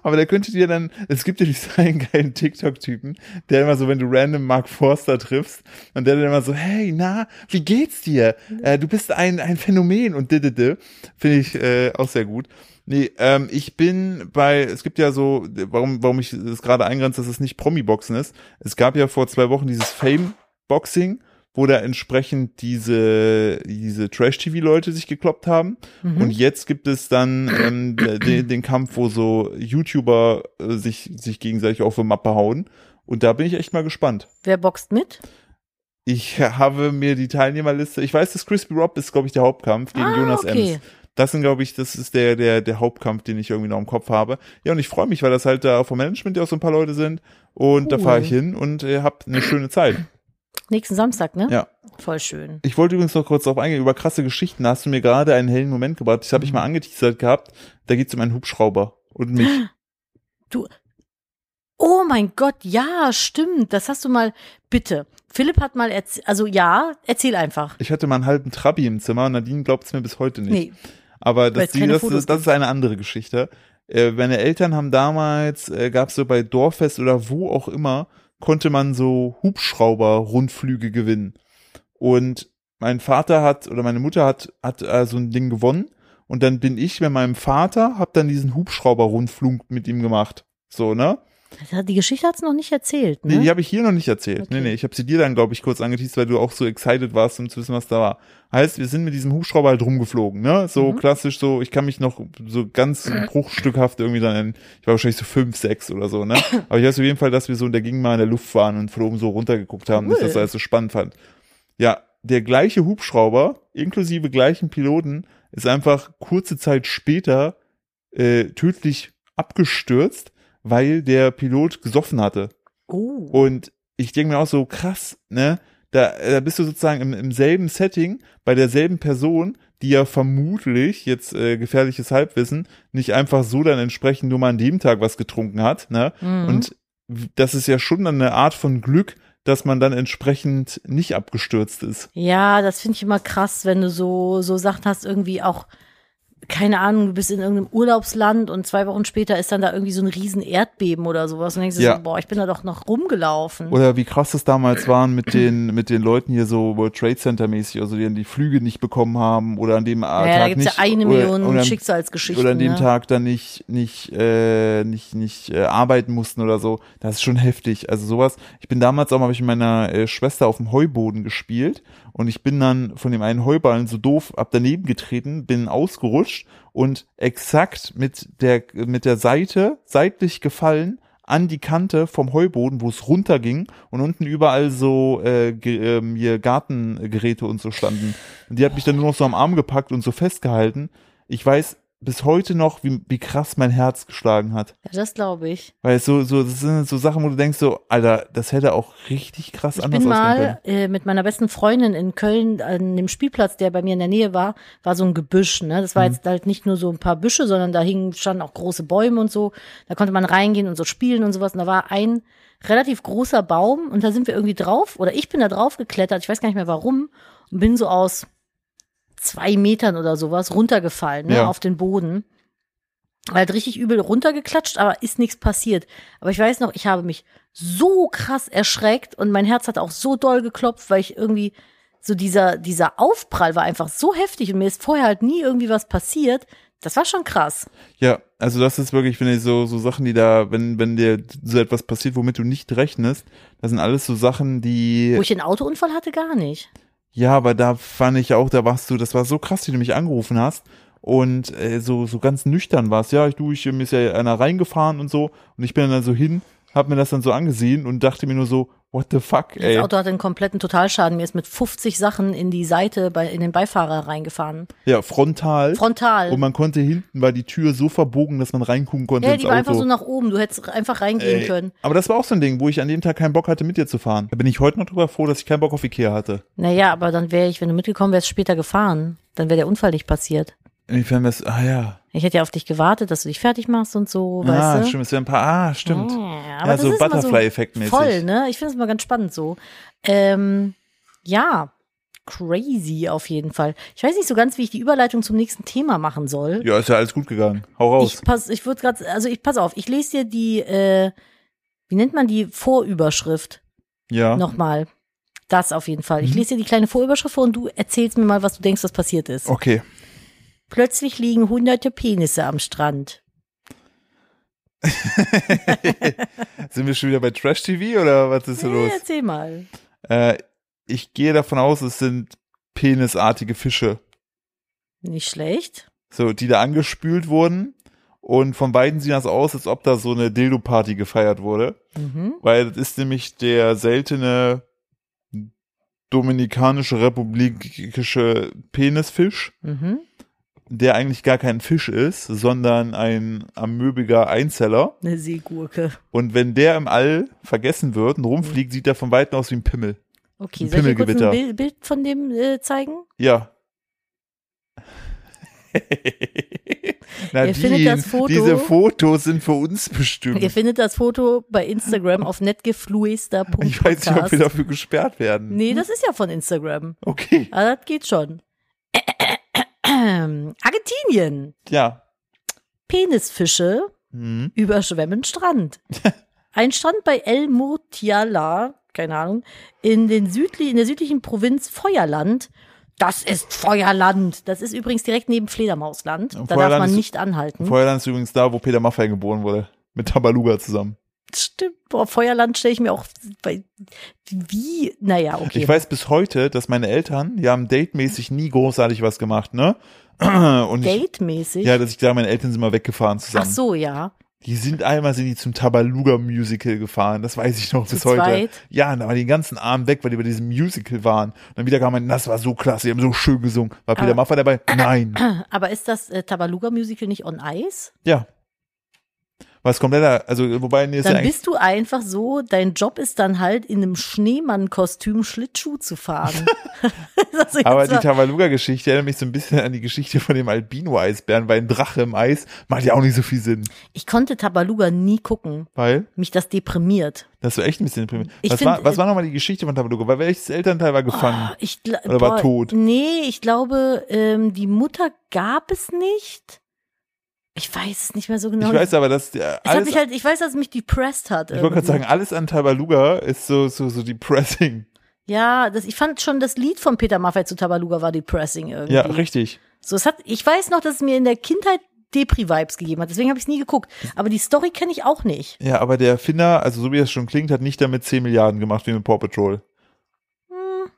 A: Aber der könnte dir dann, es gibt ja diesen einen geilen TikTok-Typen, der immer so, wenn du random Mark Forster triffst, und der dann immer so, hey, na, wie geht's dir? Äh, du bist ein, ein Phänomen und didede. Finde ich äh, auch sehr gut. Nee, ähm, ich bin bei, es gibt ja so, warum, warum ich es gerade eingrenze, dass es nicht Promi-Boxen ist. Es gab ja vor zwei Wochen dieses Fame-Boxing, wo da entsprechend diese, diese Trash-TV-Leute sich gekloppt haben.
B: Mhm.
A: Und jetzt gibt es dann ähm, den, den Kampf, wo so YouTuber äh, sich, sich gegenseitig auf die Mappe hauen. Und da bin ich echt mal gespannt.
B: Wer boxt mit?
A: Ich habe mir die Teilnehmerliste. Ich weiß, dass Crispy Rob ist, glaube ich, der Hauptkampf gegen
B: Ah,
A: Jonas
B: okay.
A: Ems. Das sind, glaube ich, das ist der, der, der Hauptkampf, den ich irgendwie noch im Kopf habe. Ja, und ich freue mich, weil das halt da vom Management ja auch so ein paar Leute sind. Und da
B: Cool.
A: fahre ich hin und äh, hab eine schöne Zeit.
B: Nächsten Samstag, ne?
A: Ja.
B: Voll schön.
A: Ich wollte übrigens noch kurz darauf eingehen, über krasse Geschichten. Da hast du mir gerade einen hellen Moment gebracht. Das habe
B: Mhm.
A: ich mal angeteasert gehabt. Da geht's um einen Hubschrauber und mich.
B: Oh mein Gott, ja, stimmt. Das hast du mal, bitte. Philipp hat mal, erz- also ja, erzähl einfach.
A: Ich hatte mal einen halben Trabi im Zimmer und Nadine glaubt's mir bis heute nicht.
B: Nee,
A: Aber
B: Weil es
A: das, die,
B: keine
A: das,
B: Fotos
A: das ist eine andere Geschichte. Äh, meine Eltern haben damals, äh, gab es so bei Dorffest oder wo auch immer, konnte man so Hubschrauber-Rundflüge gewinnen. Und mein Vater hat oder meine Mutter hat, hat äh, so ein Ding gewonnen. Und dann bin ich mit meinem Vater, hab dann diesen Hubschrauber-Rundflug mit ihm gemacht. So, ne?
B: die Geschichte hat's noch nicht erzählt,
A: Nee,
B: ne?
A: die habe ich hier noch nicht erzählt.
B: Okay.
A: Nee, nee, ich habe sie dir dann, glaube ich, kurz angeteased, weil du auch so excited warst, um zu wissen, was da war. Heißt, wir sind mit diesem Hubschrauber halt rumgeflogen, ne? So
B: Mhm.
A: klassisch, so, ich kann mich noch so ganz bruchstückhaft irgendwie dann, erinnern. ich war wahrscheinlich so fünf, sechs oder so, ne? Aber ich weiß auf jeden Fall, dass wir so in der Gegend mal in der Luft waren und von oben so runtergeguckt haben, dass ich das
B: Cool.
A: alles so spannend fand. Ja, der gleiche Hubschrauber, inklusive gleichen Piloten, ist einfach kurze Zeit später äh, tödlich abgestürzt, weil der Pilot gesoffen hatte.
B: oh.
A: Und ich denke mir auch so, krass, ne? Da, da bist du sozusagen im, im selben Setting bei derselben Person, die ja vermutlich, jetzt äh, gefährliches Halbwissen, nicht einfach so dann entsprechend nur mal an dem Tag was getrunken hat, ne?
B: Mhm.
A: Und w- das ist ja schon dann eine Art von Glück, dass man dann entsprechend nicht abgestürzt ist.
B: Ja, das finde ich immer krass, wenn du so, so Sachen hast, irgendwie auch, keine Ahnung, du bist in irgendeinem Urlaubsland und zwei Wochen später ist dann da irgendwie so ein riesen Erdbeben oder sowas und denkst dir
A: Ja.
B: so, boah, ich bin da doch noch rumgelaufen.
A: Oder wie krass das damals waren mit den, mit den Leuten hier so World Trade Center mäßig, also die dann die Flüge nicht bekommen haben oder an dem
B: ja,
A: Tag
B: da gibt's
A: nicht,
B: ja eine
A: oder-
B: Million
A: oder am
B: Schicksalsgeschichten.
A: oder an dem
B: ne?
A: Tag dann nicht nicht äh, nicht nicht äh, arbeiten mussten oder so. Das ist schon heftig. Also sowas. Ich bin damals auch mal hab ich mit meiner äh, Schwester auf dem Heuboden gespielt und ich bin dann von dem einen Heuballen so doof ab daneben getreten, bin ausgerutscht und exakt mit der mit der Seite seitlich gefallen an die Kante vom Heuboden, wo es runterging und unten überall so äh, ge- ähm, hier Gartengeräte und so standen. Und die hat mich dann nur noch so am Arm gepackt und so festgehalten. Ich weiß bis heute noch, wie, wie krass mein Herz geschlagen hat.
B: Ja, das glaube ich.
A: Weil es so, so, das sind so Sachen, wo du denkst so, Alter, das hätte auch richtig krass
B: Ich
A: anders
B: bin
A: ausgehen
B: mal
A: können.
B: äh, mit meiner besten Freundin in Köln an dem Spielplatz, der bei mir in der Nähe war, war so ein Gebüsch. Ne? Das war
A: Mhm.
B: jetzt halt nicht nur so ein paar Büsche, sondern da hingen standen auch große Bäume und so. Da konnte man reingehen und so spielen und sowas. Und da war ein relativ großer Baum und da sind wir irgendwie drauf oder ich bin da drauf geklettert. Ich weiß gar nicht mehr warum und bin so aus zwei Metern oder sowas runtergefallen ne,
A: Ja.
B: auf den Boden. Halt richtig übel runtergeklatscht, aber ist nichts passiert. Aber ich weiß noch, ich habe mich so krass erschreckt und mein Herz hat auch so doll geklopft, weil ich irgendwie so dieser, dieser Aufprall war einfach so heftig und mir ist vorher halt nie irgendwie was passiert. Das war schon krass.
A: Ja, also das ist wirklich, finde ich, so, so Sachen, die da, wenn, wenn dir so etwas passiert, womit du nicht rechnest, das sind alles so Sachen, die.
B: Wo ich den Autounfall hatte, gar nicht.
A: Ja, aber da fand ich auch, da warst du, das war so krass, wie du mich angerufen hast und äh, so so ganz nüchtern warst. Ja, ich du, ich mir ist ja einer reingefahren und so und ich bin dann so hin, hab mir das dann so angesehen und dachte mir nur so, what the fuck,
B: Das
A: ey.
B: Auto hatte einen kompletten Totalschaden. Mir ist mit 50 Sachen in die Seite, bei, in den Beifahrer reingefahren.
A: Ja, frontal.
B: Frontal.
A: Und man konnte hinten war die Tür so verbogen, dass man reingucken konnte
B: Ja,
A: ins
B: die war
A: Auto.
B: einfach so nach oben. Du hättest einfach reingehen
A: Ey,
B: können.
A: Aber das war auch so ein Ding, wo ich an dem Tag keinen Bock hatte, mit dir zu fahren. Da bin ich heute noch drüber froh, dass ich keinen Bock auf Ikea hatte.
B: Naja, aber dann wäre ich, wenn du mitgekommen wärst, später gefahren. Dann wäre der Unfall nicht passiert.
A: Inwiefern das, ah ja.
B: Ich hätte ja auf dich gewartet, dass du dich fertig machst und so,
A: ah,
B: weißt du? Oh.
A: stimmt, es wären ein paar, ah, stimmt.
B: Ja,
A: Ja,
B: aber das
A: so
B: ist immer
A: Butterfly-Effekt-mäßig.
B: Voll, ne? Ich finde es mal ganz spannend so. Ähm, ja, crazy auf jeden Fall. Ich weiß nicht so ganz, wie ich die Überleitung zum nächsten Thema machen soll.
A: Ja, ist ja alles gut gegangen. Hau raus.
B: Ich pass, ich würde gerade, also ich pass auf, ich lese dir die, äh, wie nennt man die Vorüberschrift
A: ja.
B: nochmal. Das auf jeden Fall. Ich
A: Mhm.
B: lese dir die kleine Vorüberschrift vor und du erzählst mir mal, was du denkst, was passiert ist.
A: Okay.
B: Plötzlich liegen hunderte Penisse am Strand.
A: Sind wir schon wieder bei Trash TV oder was ist hier
B: Äh,
A: los?
B: erzähl mal.
A: Äh, ich gehe davon aus, es sind penisartige Fische,
B: Nicht schlecht.
A: so die da angespült wurden Und von beiden sieht das aus, als ob da so eine Dildo-Party gefeiert wurde.
B: Mhm.
A: Weil das ist nämlich der seltene Dominikanische Republikische Penisfisch,
B: Mhm.
A: der eigentlich gar kein Fisch ist, sondern ein amöbiger Einzeller.
B: Eine Seegurke.
A: Und wenn der im All vergessen wird und rumfliegt, sieht er von Weitem aus wie ein Pimmel.
B: Okay,
A: Ein
B: soll ich dir kurz ein
A: Pimmelgewitter.
B: Bild, Bild von dem äh, zeigen?
A: Ja.
B: Ihr findet das Foto-
A: diese Fotos sind für uns bestimmt.
B: Ihr findet das Foto bei Instagram auf netgefluester.podcast.
A: Ich weiß nicht, ob wir dafür gesperrt werden.
B: Nee, das ist ja von Instagram.
A: Okay,
B: Aber Ah, das geht schon. Argentinien.
A: ja.
B: Penisfische
A: Hm.
B: überschwemmen Strand. Ein Strand bei El Murtiala, keine Ahnung, in, den südli in der südlichen Provinz Feuerland. Das ist Feuerland. Das ist übrigens direkt neben Fledermausland. Da darf
A: Feuerland
B: man
A: ist-
B: nicht anhalten.
A: Feuerland ist übrigens da, wo Peter Maffay geboren wurde. Mit Tabaluga zusammen.
B: Stimmt. Boah, Feuerland stelle ich mir auch bei, wie, naja, okay.
A: Ich weiß bis heute, dass meine Eltern, die haben datemäßig nie großartig was gemacht, ne? Und ich,
B: Date-mäßig.
A: ja, dass ich da, meine Eltern sind mal weggefahren
B: Ach
A: zusammen.
B: so, ja.
A: Die sind einmal sind die zum Tabaluga Musical gefahren, das weiß ich noch bis heute.
B: zweit?
A: Ja, da war die ganzen Abend weg, weil die bei diesem Musical waren. Und dann wieder kam man, das war so klasse, die haben so schön gesungen. War Peter
B: Aber-
A: Maffay dabei? Nein.
B: Aber ist das äh, Tabaluga-Musical nicht on Ice?
A: Ja. Was kompletter, also wobei nee, ist ja
B: Dann
A: eigentlich
B: bist du einfach so, dein Job ist dann halt in einem Schneemann-Kostüm Schlittschuh zu fahren. Das ist
A: aber
B: jetzt
A: die
B: zwar-
A: Tabaluga-Geschichte erinnert mich so ein bisschen an die Geschichte von dem Albino-Eisbären, weil ein Drache im Eis macht ja auch nicht so viel Sinn.
B: ich konnte Tabaluga nie gucken.
A: Weil,
B: Mich das deprimiert.
A: das war echt ein bisschen deprimiert.
B: Ich
A: Was,
B: find,
A: war, was
B: äh,
A: war nochmal die Geschichte von Tabaluga? Weil welches Elternteil war gefangen?
B: Oh, ich gl-
A: Oder war tot?
B: Nee, ich glaube, ähm, die Mutter gab es nicht. Ich weiß es nicht mehr so genau.
A: ich weiß aber, dass die,
B: es hat
A: alles,
B: mich halt, ähm, ich weiß, dass es mich depressed hat.
A: ich wollte gerade
B: irgendwie.
A: sagen, alles an Tabaluga ist so, so, so depressing.
B: Ja, das, ich fand schon das Lied von Peter Maffay zu Tabaluga war depressing irgendwie.
A: Ja, richtig.
B: So, es hat, ich weiß noch, dass es mir in der Kindheit Depri-Vibes gegeben hat. Deswegen habe ich es nie geguckt. Aber die Story kenne ich auch nicht.
A: Ja, aber der Erfinder, also so wie das schon klingt, hat nicht damit 10 Milliarden gemacht wie mit Paw Patrol.
B: Hm,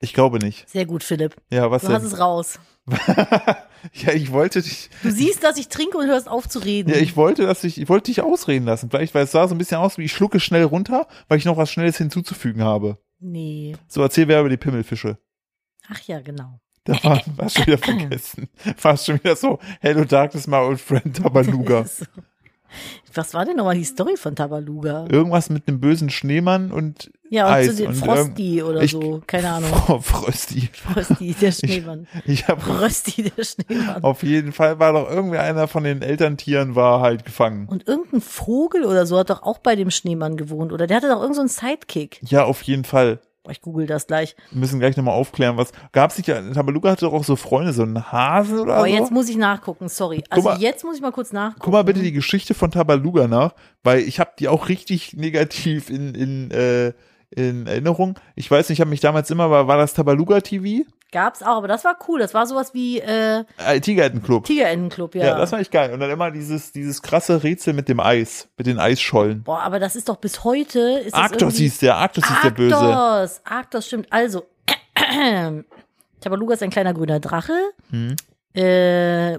A: Ich glaube nicht.
B: sehr gut, Philipp.
A: Ja, was
B: Du hast
A: denn?
B: es raus.
A: ja, ich wollte dich,
B: Du siehst, dass ich trinke und hörst auf zu reden.
A: Ja, ich wollte, dass ich, ich wollte dich ausreden lassen. Vielleicht, weil es sah so ein bisschen aus wie ich schlucke schnell runter, weil ich noch was Schnelles hinzuzufügen habe.
B: nee.
A: So, erzähl wer über die Pimmelfische.
B: Ach ja, genau.
A: Da war, war schon wieder vergessen. War schon wieder so, Hello Darkness, my old friend Tabaluga.
B: So. Was war denn nochmal die Story von Tabaluga?
A: Irgendwas mit einem bösen Schneemann und
B: Ja, und
A: Eis
B: zu den
A: und ähm,
B: Frosty oder
A: ich-
B: so. Keine Ahnung.
A: oh, Frösti.
B: Frosty, der Schneemann.
A: Ich Oh. habe
B: Frosty, der Schneemann.
A: auf jeden Fall war doch irgendwie einer von den Elterntieren war halt gefangen.
B: Und irgendein Vogel oder so hat doch auch bei dem Schneemann gewohnt. Oder der hatte doch irgendeinen so einen Sidekick.
A: Ja, auf jeden Fall.
B: Boah, Ich google das gleich.
A: Wir müssen gleich nochmal aufklären, was gab's nicht, Tabaluga hatte doch auch so Freunde, so einen Hasen oder
B: Boah,
A: so.
B: Oh, jetzt muss ich nachgucken, sorry. Also
A: Also mal.
B: jetzt muss ich mal kurz nachgucken.
A: Guck mal bitte die Geschichte von Tabaluga nach, weil ich habe die auch richtig negativ in, in, äh, in Erinnerung. Ich weiß nicht, ich habe mich damals immer, war, war das Tabaluga TV?
B: Gab's auch, aber das war cool. Das war sowas wie äh,
A: Äh, Tigerentenclub.
B: Tigerentenclub, ja.
A: Ja. das war echt geil. Und dann immer dieses, dieses krasse Rätsel mit dem Eis, mit den Eisschollen.
B: Boah, aber das ist doch bis heute. Ist das
A: Arktos
B: irgendwie-
A: hieß der, Arktos hieß der Böse.
B: Arktos, Arktos stimmt. Also, Tabaluga ist ein kleiner grüner Drache.
A: Hm.
B: Äh,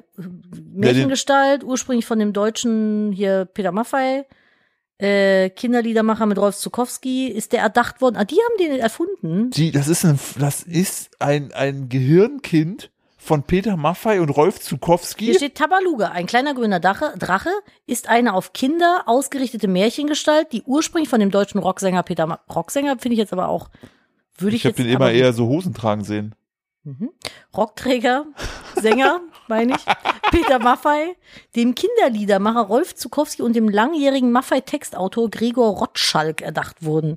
B: Märchengestalt, ursprünglich von dem deutschen hier Peter Maffay. Äh, Kinderliedermacher mit Rolf Zukowski ist der erdacht worden. Ah, die haben den erfunden.
A: Die, das ist ein, das ist ein, ein Gehirnkind von Peter Maffay und Rolf
B: Hier
A: Zukowski.
B: steht Tabaluga, ein kleiner grüner Drache, Drache ist eine auf Kinder ausgerichtete Märchengestalt, die ursprünglich von dem deutschen Rocksänger Peter Ma Rocksänger finde ich jetzt aber auch würde ich,
A: Ich habe
B: jetzt
A: den immer
B: aber-
A: eher so Hosen tragen sehen.
B: Mhm. Rockträger, Sänger, meine ich, Peter Maffay, dem Kinderliedermacher Rolf Zukowski und dem langjährigen Maffay-Textautor Gregor Rotschalk erdacht wurden.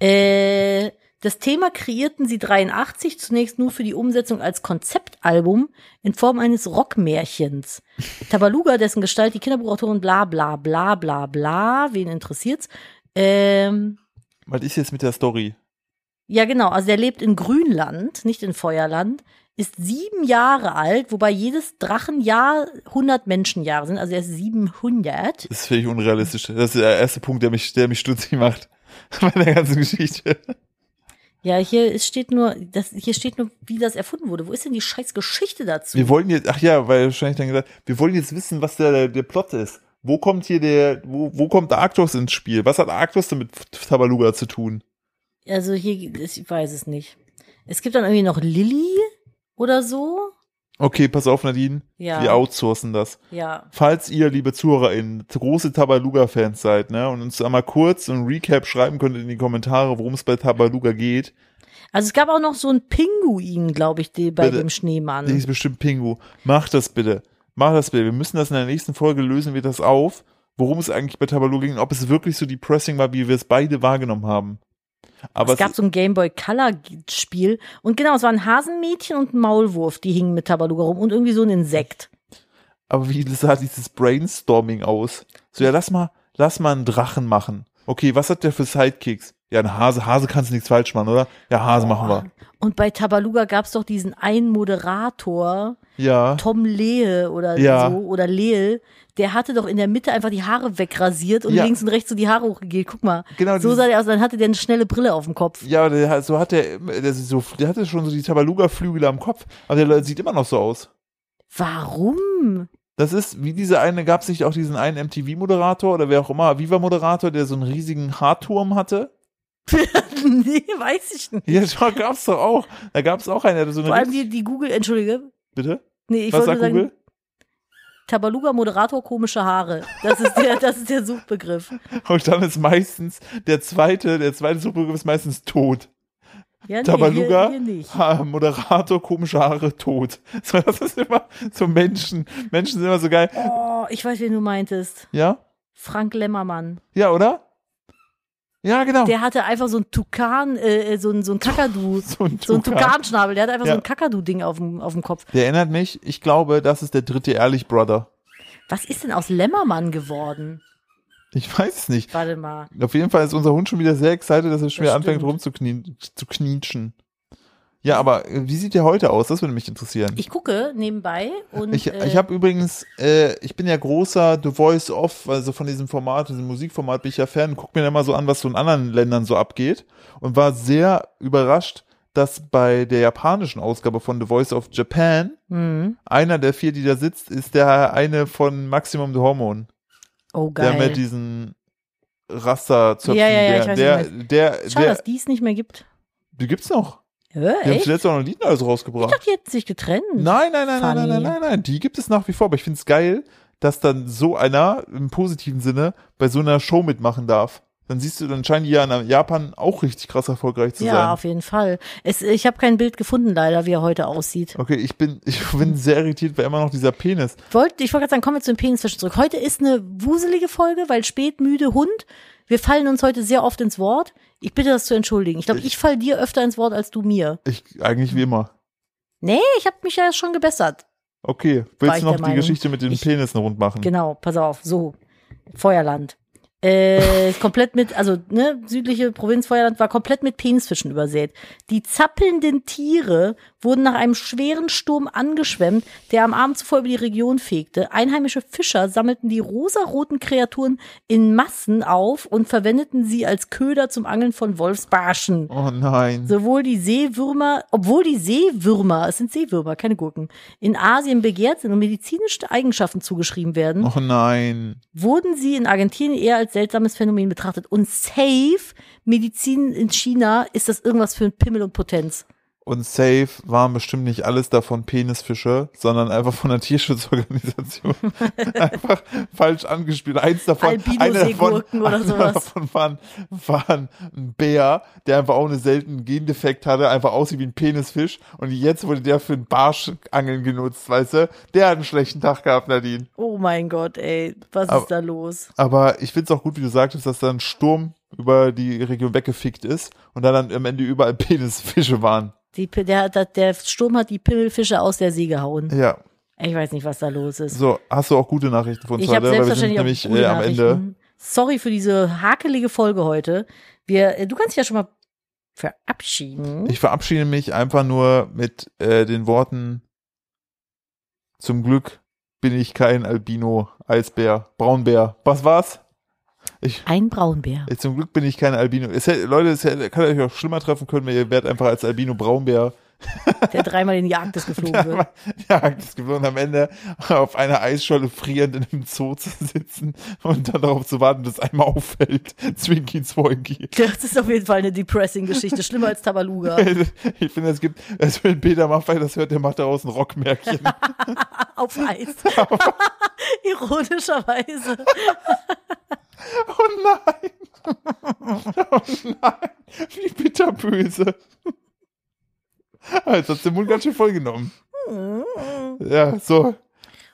B: Äh, das Thema kreierten sie 83 zunächst nur für die Umsetzung als Konzeptalbum in Form eines Rockmärchens. Tabaluga, dessen Gestalt die Kinderbuchautorin bla bla bla bla bla, wen interessiert's? Ähm,
A: Was ist jetzt mit der Story?
B: ja, genau. Also der lebt in Grünland, nicht in Feuerland, ist sieben Jahre alt, wobei jedes Drachenjahr 100 Menschenjahre sind. Also er ist 700.
A: Das ist völlig unrealistisch. Das ist der erste Punkt, der mich, der mich stutzig macht bei der ganzen Geschichte.
B: Ja, hier ist, steht nur, das, hier steht nur, wie das erfunden wurde. Wo ist denn die scheiß Geschichte dazu?
A: Wir wollten jetzt, ach ja, weil wahrscheinlich dann gesagt, wir wollen jetzt wissen, was der, der, der Plot ist. Wo kommt hier der, wo, wo kommt Arctos ins Spiel? Was hat Arctos denn mit Tabaluga zu tun?
B: Also hier, ich weiß es nicht. Es gibt dann irgendwie noch Lilly oder so.
A: Okay, pass auf, Nadine.
B: Ja.
A: Wir outsourcen das.
B: Ja,
A: Falls ihr, liebe ZuhörerInnen, große Tabaluga-Fans seid, ne, und uns einmal kurz ein Recap schreiben könnt in die Kommentare, worum es bei Tabaluga geht,
B: also es gab auch noch so einen Pinguin, glaube ich, die, bei
A: Bitte.
B: dem Schneemann.
A: Die ist bestimmt Pingu. Mach das bitte. Mach das bitte. Wir müssen das in der nächsten Folge lösen wir das auf, worum es eigentlich bei Tabalu ging, ob es wirklich so depressing war, wie wir es beide wahrgenommen haben. Aber
B: es gab so ein Gameboy Color Spiel und genau, es waren Hasenmädchen und ein Maulwurf, die hingen mit Tabaluga rum und irgendwie so ein Insekt.
A: aber wie sah dieses Brainstorming aus? So, ja, lass mal, lass mal einen Drachen machen. Okay, was hat der für Sidekicks? Ja, ein Hase. Hase kannst du nichts falsch machen, oder? Ja, Hase machen wir.
B: Und bei Tabaluga gab es doch diesen einen Moderator,
A: Ja.
B: Tom Lehe oder
A: Ja.
B: so, oder Lehl, der hatte doch in der Mitte einfach die Haare wegrasiert und
A: Ja.
B: links und rechts so die Haare hochgegeht. Guck mal,
A: Genau,
B: so
A: dieses-
B: sah der aus, dann hatte der eine schnelle Brille auf dem Kopf.
A: Ja, der, hat- so hat der, der, sieht so, der hatte schon so die Tabaluga-Flügel am Kopf, aber der sieht immer noch so aus.
B: Warum?
A: Das ist, wie diese eine, gab es nicht auch diesen einen MTV-Moderator oder wer auch immer, Viva-Moderator, der so einen riesigen Haarturm hatte?
B: nee, weiß ich nicht.
A: Ja, schau, gab's doch auch. Da gab's auch einen, der hatte so eine.
B: Vor allem
A: riesige-
B: die, die Google, entschuldige.
A: bitte?
B: Nee, ich
A: Was
B: wollte
A: sagt
B: sagen,
A: Google?
B: Tabaluga Moderator komische Haare. Das ist der, das ist der Suchbegriff.
A: Und dann ist meistens der zweite, der zweite Suchbegriff ist meistens tot.
B: Ja, nee,
A: Tabaluga,
B: Hier, hier nicht.
A: Ha, Moderator, komische Haare, tot. So, das ist immer so Menschen. Menschen sind immer so geil.
B: Oh, ich weiß, wen du meintest.
A: Ja?
B: Frank Lämmermann.
A: Ja, oder? Ja, genau.
B: Der hatte einfach so ein Tukan, äh, äh, so ein, so ein Kakadu.
A: so ein
B: So ein
A: Tukan.
B: Tukanschnabel, der hat einfach
A: Ja.
B: so ein Kakadu-Ding auf dem, auf dem Kopf.
A: Der erinnert mich, ich glaube, das ist der dritte Ehrlich-Brother.
B: Was ist denn aus Lämmermann geworden?
A: Ich weiß es nicht.
B: Warte mal.
A: Auf jeden Fall ist unser Hund schon wieder sehr excited, dass er schwer
B: Das
A: anfängt
B: stimmt.
A: rumzuknien, zu knietschen. Ja, aber äh, wie sieht der heute aus? Das würde mich interessieren. Ich,
B: Ich gucke nebenbei und
A: ich,
B: äh,
A: habe übrigens, äh, ich bin ja großer The Voice Off, also von diesem Format, diesem Musikformat bin ich ja Fan, guck mir dann mal so an, was so in anderen Ländern so abgeht und war sehr überrascht, dass bei der japanischen Ausgabe von The Voice of Japan
B: hm.
A: einer der vier, die da sitzt, ist der eine von Maximum the Hormone.
B: Oh,
A: Der
B: geil.
A: mit diesen Rasterzöpfen.
B: Ja, ja, ja, ich
A: der,
B: weiß,
A: der,
B: was
A: der,
B: Schade,
A: der,
B: dass die es nicht mehr gibt.
A: die gibt's noch.
B: Hä,
A: Die haben
B: echt? Ich
A: zuletzt auch noch ein Lied also rausgebracht.
B: dachte, die hätten sich getrennt.
A: Nein, nein, nein, nein, nein,
B: Funny.
A: nein, nein, nein, die gibt es nach wie vor. Aber ich find's geil, dass dann so einer im positiven Sinne bei so einer Show mitmachen darf. Dann siehst du, dann scheinen die ja in Japan auch richtig krass erfolgreich zu
B: ja,
A: sein.
B: auf jeden Fall. Es, ich habe kein Bild gefunden, leider, wie er heute aussieht.
A: Okay, ich bin, ich bin sehr irritiert, weil immer noch dieser Penis.
B: Wollt, ich wollte gerade sagen, kommen wir zu den Penisfischen zurück. Heute ist eine wuselige Folge, weil spät, müde, Hund. Wir fallen uns heute sehr oft ins Wort. Ich bitte das zu entschuldigen. Ich glaube, ich fall dir öfter ins Wort als du mir.
A: Ich, eigentlich
B: Mhm.
A: wie immer.
B: Nee, ich habe mich ja schon gebessert.
A: Okay,
B: ich
A: willst du
B: der
A: noch die
B: Meinung.
A: Geschichte mit den
B: Ich-
A: Penissen rund machen?
B: Genau, pass auf, so. Feuerland. Äh, komplett mit, also ne, südliche Provinz Feuerland war komplett mit Penisfischen übersät. Die zappelnden Tiere wurden nach einem schweren Sturm angeschwemmt, der am Abend zuvor über die Region fegte. Einheimische Fischer sammelten die rosaroten Kreaturen in Massen auf und verwendeten sie als Köder zum Angeln von Wolfsbarschen.
A: Oh nein.
B: Sowohl die Seewürmer, obwohl die Seewürmer, es sind Seewürmer, keine Gurken, in Asien begehrt sind und medizinische Eigenschaften zugeschrieben werden,
A: Oh nein.
B: wurden sie in Argentinien eher als seltsames Phänomen betrachtet. Und safe, Medizin in China, ist das irgendwas für ein Pimmel und Potenz.
A: Und safe waren bestimmt nicht alles davon Penisfische, sondern einfach von der Tierschutzorganisation. einfach falsch angespielt. Eins davon, einer davon,
B: Albino-Seegurken oder
A: einer
B: sowas.
A: davon waren, waren ein Bär, der einfach auch einen seltenen Gendefekt hatte, einfach aussieht wie ein Penisfisch. Und jetzt wurde der für ein Barschangeln genutzt, weißt du? Der hat einen schlechten Tag gehabt, Nadine.
B: Oh mein Gott, ey, was
A: Aber-
B: ist da los?
A: Aber ich find's auch gut, wie du sagtest, dass da ein Sturm über die Region weggefickt ist und dann, dann am Ende überall Penisfische waren.
B: Die, Pi- der, der, der Sturm hat die Pimmelfische aus der See gehauen.
A: Ja.
B: Ich weiß nicht, was da los ist.
A: So, hast du auch gute Nachrichten von uns
B: Ich habe
A: heute? Weil wir sind nämlich
B: selbstverständlich auch gute
A: äh, am Ende.
B: Nachrichten. Sorry für diese hakelige Folge heute. Wir, äh, du kannst dich ja schon mal verabschieden.
A: Ich verabschiede mich einfach nur mit äh, den Worten: Zum Glück bin ich kein Albino, Eisbär, Braunbär. Was war's? Ich,
B: Ein Braunbär.
A: ich, zum Glück bin ich kein Albino. Es hätte, Leute, es hätte, kann euch auch schlimmer treffen können, weil ihr werdet einfach als Albino Braunbär
B: der dreimal in die Arktis geflogen wird.
A: ja, das gewonnen am Ende auf einer Eisscholle frierend in einem Zoo zu sitzen und dann darauf zu warten, dass einmal auffällt. Zwinky Zwinky.
B: Das ist auf jeden Fall eine depressing Geschichte, schlimmer als Tabaluga.
A: Ich finde, es gibt, also wenn Peter Maffei das hört, der macht daraus ein Rockmärchen.
B: Auf Eis. Ironischerweise.
A: Oh nein! Oh nein! Wie bitterböse! Jetzt hat's den Mund ganz schön vollgenommen. Ja, so.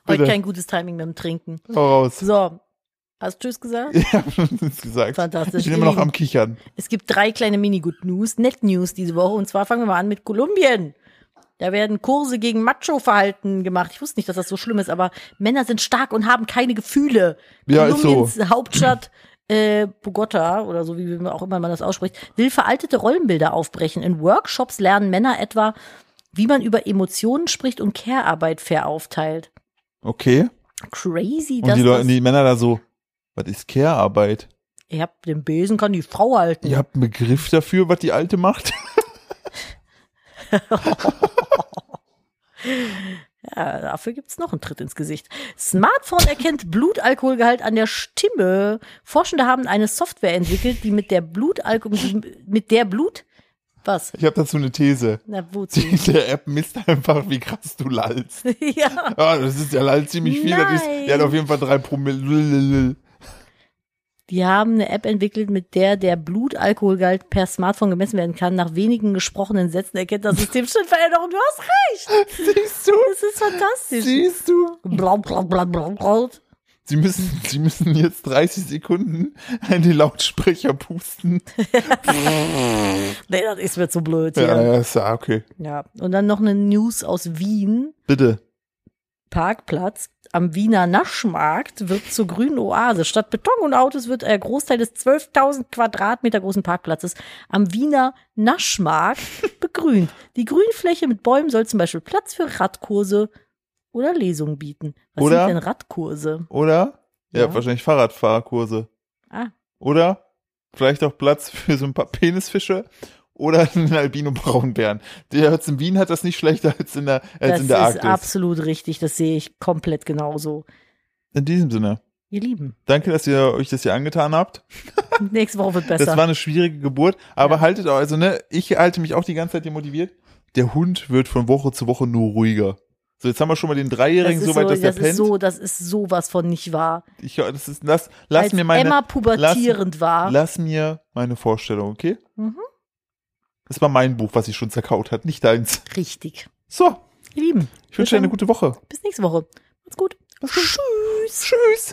B: Heute
A: Bitte.
B: kein gutes Timing beim Trinken.
A: Hau raus.
B: So, hast du Tschüss gesagt?
A: Ich hab schon gesagt. Ich
B: Fantastisch.
A: bin immer noch am Kichern.
B: Es gibt drei kleine Mini-Good News, Net News diese Woche. Und zwar fangen wir mal an mit Kolumbien. Da werden Kurse gegen Macho-Verhalten gemacht. Ich wusste nicht, dass das so schlimm ist, aber Männer sind stark und haben keine Gefühle.
A: Ja, ist so.
B: Kolumbiens Hauptstadt äh, Bogota oder so, wie auch immer man das ausspricht, will veraltete Rollenbilder aufbrechen. In Workshops lernen Männer etwa, wie man über Emotionen spricht und Care-Arbeit fair aufteilt.
A: Okay.
B: Crazy,
A: Und
B: dass
A: die, Leute,
B: das,
A: die Männer da so, was ist Care-Arbeit?
B: ihr habt den Besen, kann die Frau halten.
A: Ihr habt einen Begriff dafür, was die Alte macht?
B: Ja, dafür gibt's noch einen Tritt ins Gesicht. Smartphone erkennt Blutalkoholgehalt an der Stimme. Forschende haben eine Software entwickelt, die mit der Blutalkohol, die mit der Blut, was?
A: Ich habe dazu eine These.
B: Na, wozu?
A: Die, der App misst einfach, wie krass du lallst.
B: ja.
A: Ah, das ist, der lallt ziemlich viel. Das ist,
B: Nein.
A: der hat auf jeden Fall drei Promille.
B: Die haben eine App entwickelt, mit der der Blutalkoholgehalt per Smartphone gemessen werden kann. Nach wenigen gesprochenen Sätzen erkennt das System schon Veränderungen. Du hast recht.
A: Siehst du?
B: Das ist fantastisch.
A: Siehst du?
B: Blau, blau, blau, blau, blau.
A: Sie müssen, sie müssen jetzt 30 Sekunden an die Lautsprecher pusten.
B: Nee, das ist mir zu blöd.
A: Ja,
B: Ja.
A: ja, ist ja okay.
B: ja. Und dann noch eine News aus Wien.
A: Bitte.
B: Parkplatz am Wiener Naschmarkt wird zur grünen Oase. Statt Beton und Autos wird ein Großteil des 12.000 Quadratmeter großen Parkplatzes am Wiener Naschmarkt begrünt. Die Grünfläche mit Bäumen soll zum Beispiel Platz für Radkurse oder Lesungen bieten. Was
A: Oder-
B: sind denn Radkurse?
A: Oder? Ja,
B: Ja.
A: wahrscheinlich Fahrradfahrkurse.
B: Ah,
A: Oder? Vielleicht auch Platz für so ein paar Penisfische oder einen Albino-Braunbären. Der Herz in Wien hat das nicht schlechter als in der, als
B: das
A: in der
B: ist
A: Arktis.
B: absolut richtig. Das sehe ich komplett genauso.
A: In diesem Sinne.
B: Ihr Lieben,
A: Danke, dass ihr euch das hier angetan habt.
B: nächste Woche wird
A: Das
B: besser.
A: war eine schwierige Geburt, aber haltet auch, also ne, ich halte mich auch die ganze Zeit hier motiviert. Der Hund wird von Woche zu Woche nur ruhiger. So, jetzt haben wir schon mal den
B: das
A: Dreijährigen
B: ist,
A: so weit,
B: so,
A: dass der
B: das ist
A: pennt.
B: so, das ist sowas von nicht wahr.
A: ich, das ist, lass, lass
B: Als
A: mir meine,
B: Emma pubertierend war.
A: lass mir meine Vorstellung, okay?
B: Mhm.
A: Das war mein Buch, was ich schon zerkaut hat, nicht deins.
B: Richtig.
A: So,
B: Ihr Lieben,
A: ich wünsche dir eine gute Woche.
B: bis nächste Woche. Macht's gut. Tschüss.
A: Tschüss.